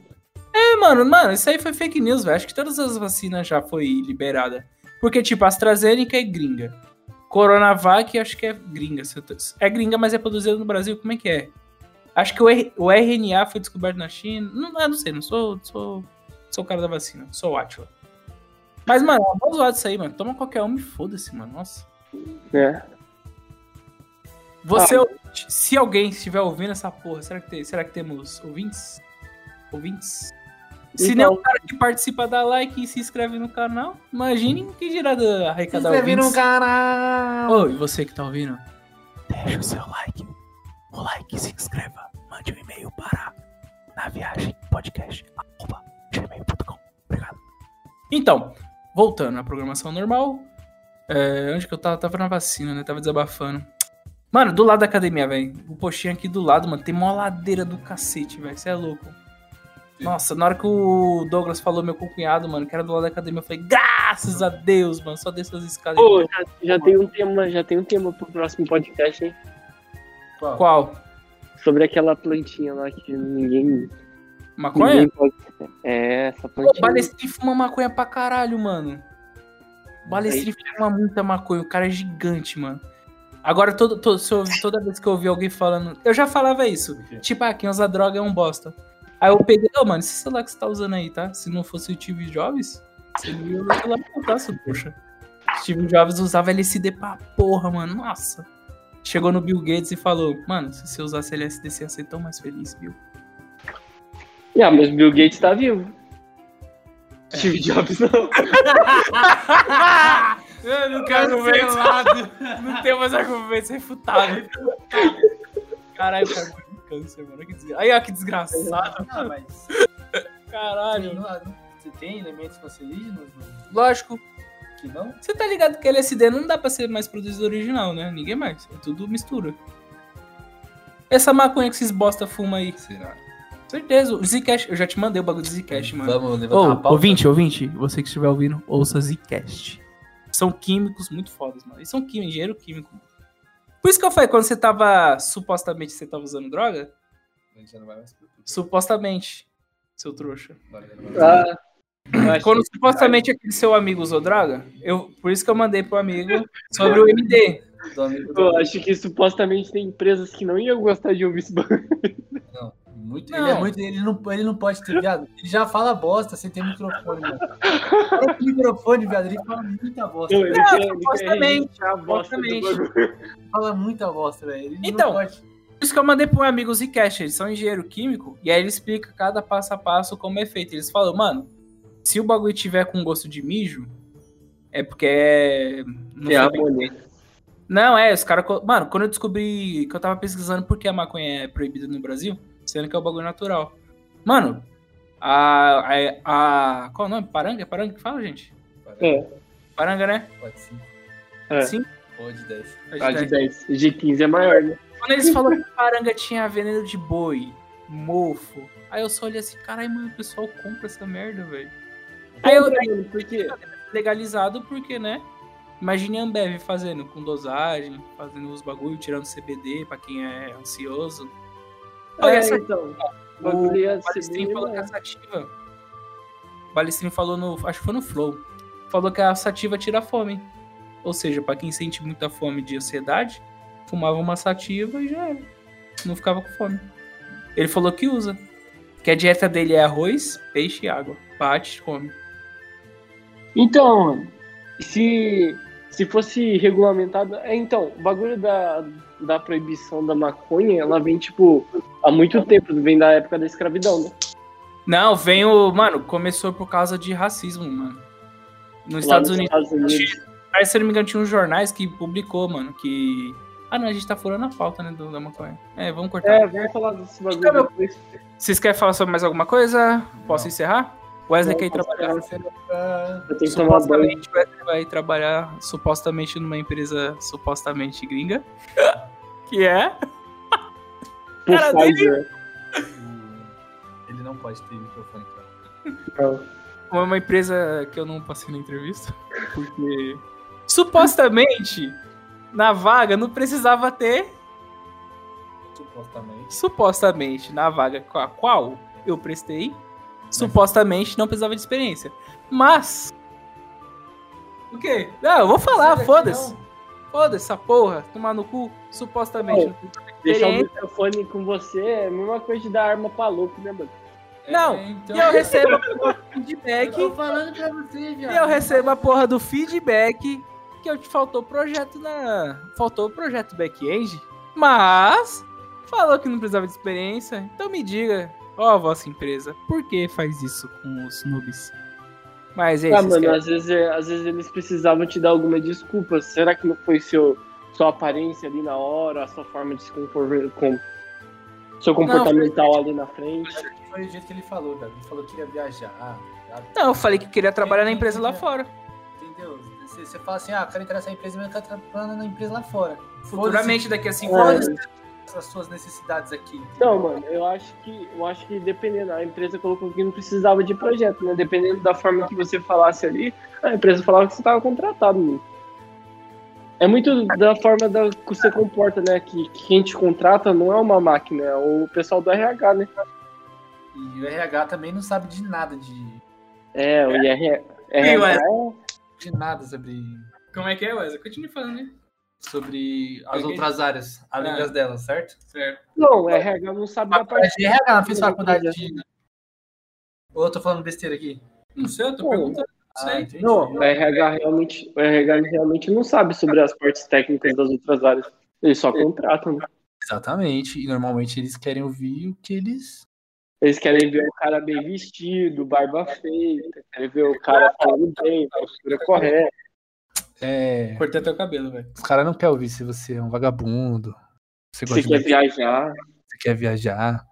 Speaker 6: É, mano, mano, isso aí foi fake news, velho. Acho que todas as vacinas já foi liberada. Porque, tipo, AstraZeneca é gringa. Coronavac, acho que é gringa. se eu tô- É gringa, mas é produzida no Brasil. Como é que é? Acho que o, R- o RNA foi descoberto na China. Não, ah, não sei, não sou, sou, sou o cara da vacina. Sou o Atila. Mas, mano, é um vamos zoar disso aí, mano. Toma qualquer um e foda-se, mano. Nossa.
Speaker 5: É.
Speaker 6: Você, ouvinte, se alguém estiver ouvindo essa porra, será que, tem- será que temos ouvintes? Ouvintes? Se
Speaker 5: Então,
Speaker 6: não é o cara que participa, dá like e se inscreve no canal. Imagine que dirá da
Speaker 3: um.
Speaker 6: arrecadar ouvintes.
Speaker 3: canal.
Speaker 6: Ô, e você que tá ouvindo, deixa o seu like. O like, se inscreva. Mande um e-mail para na viagem gmail.com. Obrigado. Então, voltando à programação normal. é, onde que eu tava? Tava na vacina, né? Tava desabafando. Mano, do lado da academia, velho. O postinho aqui do lado, mano, tem mó ladeira do cacete, velho. Você é louco. Nossa, na hora que o Douglas falou, meu cunhado, mano, que era do lado da academia, eu falei, graças a Deus, mano, só desço as escadas.
Speaker 5: Pô, já, já tem um tema, já tem um tema pro próximo podcast, hein?
Speaker 6: Qual?
Speaker 5: Sobre aquela plantinha lá que ninguém.
Speaker 6: Maconha?
Speaker 5: ninguém pode... É, essa
Speaker 6: Pô,
Speaker 5: plantinha.
Speaker 6: Balestrin fuma maconha pra caralho, mano. Balestrin fuma muita maconha, o cara é gigante, mano. Agora, todo, todo- se eu- toda vez que eu ouvi alguém falando. Eu já falava isso. Tipo, ah, quem usa droga é um bosta. Aí eu peguei, ô, mano, esse celular que você tá usando aí, tá? Se não fosse o Steve Jobs, você não ia usar o celular pra comprar, seu poxa. Steve Jobs usava LSD pra porra, mano. Nossa. Chegou no Bill Gates e falou: Mano, se você usasse LSD, você ia ser tão mais feliz, Bill.
Speaker 5: Ah, mas Bill Gates tá vivo. Steve Jobs não.
Speaker 6: Eu não quero ver Não tem mais argumentos refutáveis. Caralho, o cara morreu de câncer, mano. Olha Que desgra... Aí, ó, que desgraçado.
Speaker 8: Ah, mas
Speaker 6: Caralho.
Speaker 8: você tem elementos cancerígenos mano?
Speaker 6: Lógico,
Speaker 8: que não?
Speaker 6: você tá ligado que LSD não dá pra ser mais produzido original, né? Ninguém mais. É tudo mistura. Essa maconha que esses bosta fuma aí.
Speaker 9: Será?
Speaker 6: Certeza. O Zcash, eu já te mandei o bagulho do Zcash, mano.
Speaker 3: Vamos levantar a
Speaker 6: Ô,
Speaker 3: pauta.
Speaker 6: ouvinte, ouvinte, você que estiver ouvindo, ouça Zcast. São químicos muito fodas, mano. Eles são químicos, engenheiro químico. Por isso que eu falei, quando você tava, supostamente, você tava usando droga?
Speaker 9: A gente já não vai mais pro futuro.
Speaker 6: Supostamente, seu trouxa.
Speaker 9: Agora já não vai mais.
Speaker 5: Ah, eu achei-
Speaker 6: Quando supostamente aquele seu amigo usou droga, eu, por isso que eu mandei pro amigo sobre o MD.
Speaker 9: Do amigo do-
Speaker 5: eu acho que supostamente tem empresas que não iam gostar de ouvir esse bagulho.
Speaker 9: Não, muito.
Speaker 6: Não.
Speaker 3: Ele, é muito, ele, não, ele não pode ter, viado. Ele já fala bosta sem ter microfone, mano. Olha que microfone, viado. Ele fala muita bosta.
Speaker 5: Não, ele
Speaker 3: Ele
Speaker 5: quer- ele quer
Speaker 6: supostamente,
Speaker 5: registrar a bosta do
Speaker 6: supostamente.
Speaker 5: bagulho.
Speaker 3: fala muita bosta, velho. Ele
Speaker 6: Então,
Speaker 3: não pode.
Speaker 6: Por isso que eu mandei pro meu amigo Zcash, eles são engenheiro químico, e aí ele explica cada passo a passo como é feito. Eles falam, mano, se o bagulho tiver com gosto de mijo, é porque é. Não foi
Speaker 5: É a
Speaker 6: bem
Speaker 5: bolinha.
Speaker 6: Não, é, os caras. co- Mano, quando eu descobri que eu tava pesquisando por que a maconha é proibida no Brasil, sendo que é o bagulho natural. Mano, a. a, a- qual o nome? Paranga? É Paranga que fala, gente? Paranga, né?
Speaker 9: Pode sim.
Speaker 5: É.
Speaker 6: Sim.
Speaker 9: Ou de 10.
Speaker 6: É
Speaker 5: Ah, de 10. De 15 é maior, né?
Speaker 6: Quando eles falaram que paranga tinha veneno de boi, mofo. Aí eu só olhei assim, caralho, mano, o pessoal compra essa merda, velho. Aí eu
Speaker 5: Mano, porque
Speaker 6: legalizado porque, né? Imagine a Ambev fazendo, com dosagem, fazendo os bagulho, tirando CBD pra quem é ansioso. Olha
Speaker 5: É,
Speaker 6: essa
Speaker 5: então. O
Speaker 6: o
Speaker 5: bagulho ia ser
Speaker 6: Balestrinho
Speaker 5: bem
Speaker 6: falou que a
Speaker 5: maior.
Speaker 6: sativa. O Balestrinho falou no. Acho que foi no Flow. Falou que a sativa tira a fome. Ou seja, pra quem sente muita fome de ansiedade, fumava uma sativa e já era. Não ficava com fome. Ele falou que usa. Que a dieta dele é arroz, peixe e água. Bate, come.
Speaker 5: Então, mano, se, se fosse regulamentado. É, então, o bagulho da, da proibição da maconha, ela vem, tipo, há muito tempo, vem da época da escravidão, né?
Speaker 6: Não, vem o. Mano, começou por causa de racismo, mano. Nos
Speaker 5: Lá
Speaker 6: Estados Unidos. atrás, se eu não me engano, tinha uns jornais que publicou, mano, que. Ah, não, a gente tá furando a pauta, né, do, da maconha. É, vamos cortar.
Speaker 5: É, vamos falar desse bagulho
Speaker 6: Então,
Speaker 5: depois.
Speaker 6: Vocês querem falar sobre mais alguma coisa? Posso encerrar? Wesley
Speaker 5: Não,
Speaker 6: quer ir
Speaker 5: posso
Speaker 6: trabalhar.
Speaker 5: Eu tenho que tomar banho.
Speaker 6: Supostamente, Wesley vai trabalhar supostamente numa empresa supostamente gringa. Que é?
Speaker 5: Por
Speaker 6: cara
Speaker 5: Pfizer.
Speaker 3: Ele não pode ter microfone. cara.
Speaker 5: Não.
Speaker 6: Uma empresa que eu não passei na entrevista. Porque. Supostamente, na vaga não precisava ter
Speaker 3: Supostamente.
Speaker 6: supostamente na vaga com a qual eu prestei, supostamente não precisava de experiência. Mas. O quê? Não, eu vou falar, foda-se. Foda-se essa porra, tomar no cu, supostamente. não precisava de
Speaker 5: Deixar o
Speaker 6: experiência.
Speaker 5: microfone com você é a mesma coisa de dar arma pra louco, né, mano?
Speaker 6: Não,
Speaker 3: então,
Speaker 6: E eu recebo o feedback,
Speaker 3: tô falando pra você,
Speaker 6: e eu recebo a porra do feedback que eu te faltou projeto na. Faltou o projeto back-end, mas falou que não precisava de experiência. Então me diga, ó, vossa empresa, por que faz isso com os noobs? Mas é
Speaker 5: Ah,
Speaker 6: isso.
Speaker 5: mano, às vezes, é- às vezes eles precisavam te dar alguma desculpa. Será que não foi seu, sua aparência ali na hora, a sua forma de se comportar, com, seu comportamental ali na frente?
Speaker 3: Foi o jeito que ele falou, Davi. Ele falou que ia viajar. sabe?
Speaker 6: Não, eu falei que queria trabalhar na empresa lá fora.
Speaker 3: Entendeu? Você, você fala assim, ah, quero entrar nessa empresa, mas eu quero trabalhar na empresa lá fora.
Speaker 6: Futuramente, daqui a cinco
Speaker 5: É.
Speaker 6: anos.
Speaker 3: Foda-se as suas necessidades aqui. entendeu?
Speaker 5: Não, mano, eu acho que eu acho que dependendo, a empresa colocou que não precisava de projeto, né? Dependendo da forma que você falasse ali, a empresa falava que você estava contratado, mano. É muito da forma da, que você comporta, né? Que, que quem te contrata não é uma máquina, é o pessoal do RH, né?
Speaker 3: E o RH também não sabe de nada, de,
Speaker 5: É, o IR,
Speaker 6: Sim,
Speaker 5: RH.
Speaker 6: mas-
Speaker 3: de nada sobre,
Speaker 6: Como é que é, Wesley? Continue falando, né?
Speaker 3: sobre as
Speaker 6: Peguei.
Speaker 3: outras áreas, além
Speaker 6: É.
Speaker 3: das delas, certo?
Speaker 6: Certo.
Speaker 5: Não, o RH não sabe da parte.
Speaker 3: Faculdade de RH, não fez faculdade de... Ou eu tô falando besteira aqui?
Speaker 6: Não sei, eu tô
Speaker 5: Pô,
Speaker 6: perguntando. Não
Speaker 3: Ah,
Speaker 6: sei.
Speaker 3: entendi.
Speaker 5: Não, o RH realmente, o RH realmente não sabe sobre as partes técnicas das outras áreas. Eles
Speaker 6: É.
Speaker 5: só contratam. né?
Speaker 3: Exatamente. E normalmente eles querem ouvir o que eles.
Speaker 5: Eles querem ver o cara bem vestido, barba feita, querem ver o cara falando bem, postura correta.
Speaker 3: É.
Speaker 6: Cortei teu cabelo, velho.
Speaker 3: Os caras não querem ouvir se você é um vagabundo. Você gosta
Speaker 5: Você
Speaker 3: de
Speaker 5: quer
Speaker 3: beber,
Speaker 5: viajar.
Speaker 3: você quer viajar,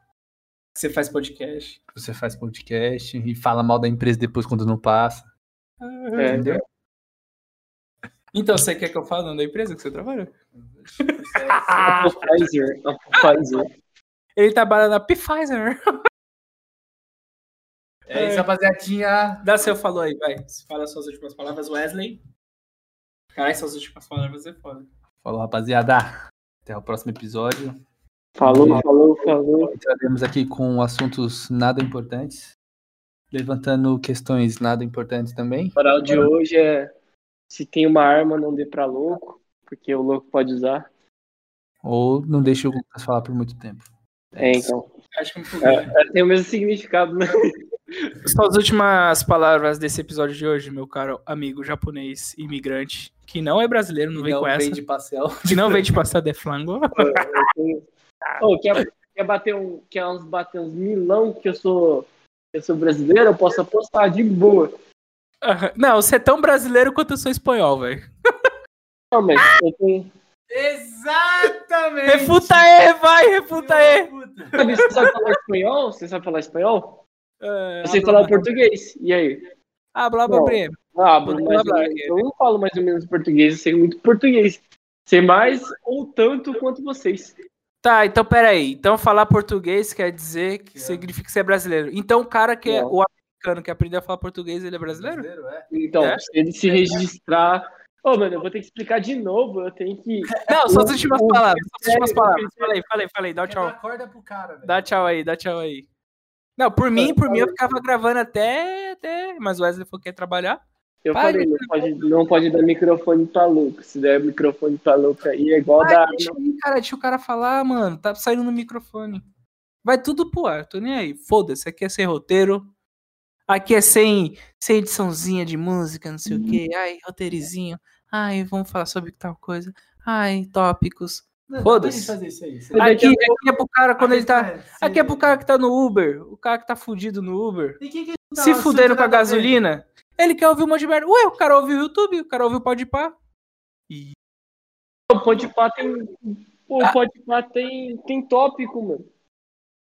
Speaker 6: Você faz podcast.
Speaker 3: que você faz podcast e fala mal da empresa depois quando não passa.
Speaker 5: É.
Speaker 3: Entendeu?
Speaker 6: Então, você quer que eu fale o nome da empresa que você trabalha?
Speaker 5: A Pfizer, a Pfizer.
Speaker 6: Ele trabalha na Pfizer.
Speaker 3: É isso, rapaziadinha.
Speaker 6: Dá seu falou aí, vai. Fala suas últimas palavras, Wesley. Caralho, suas últimas palavras é foda.
Speaker 3: Falou, rapaziada. Até o próximo episódio.
Speaker 5: Falou, falou, falou.
Speaker 3: Entraremos aqui com assuntos nada importantes. Levantando questões nada importantes também.
Speaker 5: O moral de hoje é se tem uma arma, não dê pra louco, porque o louco pode usar.
Speaker 3: Ou não deixe o Lucas falar por muito tempo.
Speaker 5: É, então.
Speaker 6: Acho que me fudeu.
Speaker 5: É, tem o mesmo significado, né?
Speaker 6: Suas últimas palavras desse episódio de hoje, meu caro amigo japonês imigrante, que não é brasileiro, não vem
Speaker 3: Não
Speaker 6: com essa,
Speaker 3: vem de passeio.
Speaker 6: que não vem de passar de flango.
Speaker 5: Ô, quer, quer bater um, quer uns, bater uns milão que eu sou, eu sou brasileiro, eu posso apostar de boa.
Speaker 6: Aham. Não, você é tão brasileiro quanto eu sou espanhol, velho.
Speaker 5: Não, mas eu tenho.
Speaker 3: Exatamente!
Speaker 6: Refuta aí, vai, refuta aí.
Speaker 5: Sabe, Você sabe falar espanhol? Você sabe falar espanhol?
Speaker 6: É,
Speaker 5: Eu sei
Speaker 6: habla-
Speaker 5: falar português. E aí?
Speaker 6: Ah, blá, blá,
Speaker 5: Não.
Speaker 6: blá.
Speaker 5: Ah, mas mais ou
Speaker 6: Blá, blá,
Speaker 5: menos. eu não falo mais ou menos português, eu sei muito português. Sei mais ou tanto quanto vocês.
Speaker 6: Tá, então peraí. Então falar português quer dizer que significa que você é brasileiro. Então o cara que é
Speaker 5: Não.
Speaker 6: o americano que aprendeu a falar português, ele é brasileiro?
Speaker 5: Então,
Speaker 6: É?
Speaker 5: se ele se registrar. Ô, mano, eu vou ter que explicar de novo. Eu tenho que.
Speaker 6: Não, suas últimas
Speaker 5: o-
Speaker 6: palavras. Suas últimas
Speaker 5: o-
Speaker 6: palavras. Fala aí, fala aí, fala aí. Dá o tchau.
Speaker 3: Acorda pro cara, velho.
Speaker 6: Dá tchau aí, dá tchau aí. Não, por mim, por mim eu ficava gravando até, até. Mas o Wesley falou que ia trabalhar.
Speaker 5: Eu
Speaker 6: Vai,
Speaker 5: falei, não pode, não pode dar microfone pra louco. Se der microfone pra louco aí, é igual
Speaker 6: Vai,
Speaker 5: dar
Speaker 6: deixa aí, cara, deixa o cara falar, mano. Tá saindo no microfone. Vai tudo pro ar, tô nem aí. Foda-se, aqui é sem roteiro. Aqui é sem, sem ediçãozinha de música, não sei o quê. Ai, roteirizinho. Ai, vamos falar sobre tal coisa. Ai, tópicos. Foda-se.
Speaker 3: Fazer isso aí. Você-
Speaker 6: Aqui, aqui é pro cara
Speaker 3: Ah,
Speaker 6: quando ele tá.
Speaker 3: Você-
Speaker 6: Aqui é pro cara que tá no Uber. O cara que tá fudido no Uber.
Speaker 3: E quem que
Speaker 6: Se
Speaker 3: Não,
Speaker 6: fuderam
Speaker 3: assunto
Speaker 6: com a
Speaker 3: nada a ver.
Speaker 6: gasolina. Ele quer ouvir um monte de merda. Ué, o cara ouviu o YouTube, o cara ouviu o Podpah. E...
Speaker 5: O Podpah tem.
Speaker 6: Ah.
Speaker 5: Pô, o Podpah tem, tem tópico, mano.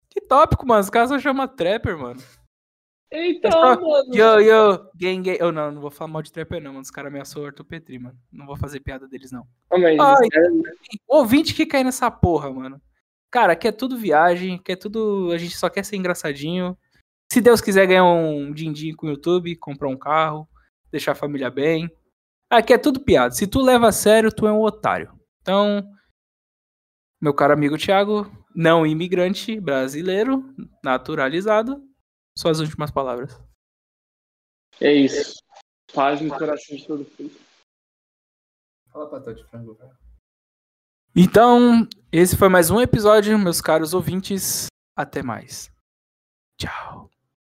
Speaker 6: Que tópico, mano. Os caras só chamam Trapper, mano.
Speaker 5: Então,
Speaker 6: só-
Speaker 5: mano.
Speaker 6: Yo, yo, gang, gang. Eu não, não vou falar mal de Trapper, não, mano. Os caras ameaçou o Arthur Petri, mano. Não vou fazer piada deles, não.
Speaker 5: Ah, mas
Speaker 6: Ai.
Speaker 5: os caras-
Speaker 6: Ouvinte que cai nessa porra, mano. Cara, aqui é tudo viagem, aqui é tudo. A gente só quer ser engraçadinho. Se Deus quiser ganhar um din-din com o YouTube, comprar um carro, deixar a família bem. Aqui é tudo piada. Se tu leva a sério, tu é um otário. Então, meu caro amigo Thiago, não imigrante brasileiro, naturalizado, suas últimas palavras.
Speaker 5: É isso. Paz no coração de todo mundo.
Speaker 3: Fala patel de frango, cara.
Speaker 6: Então, esse foi mais um episódio, meus caros ouvintes. Até mais. Tchau.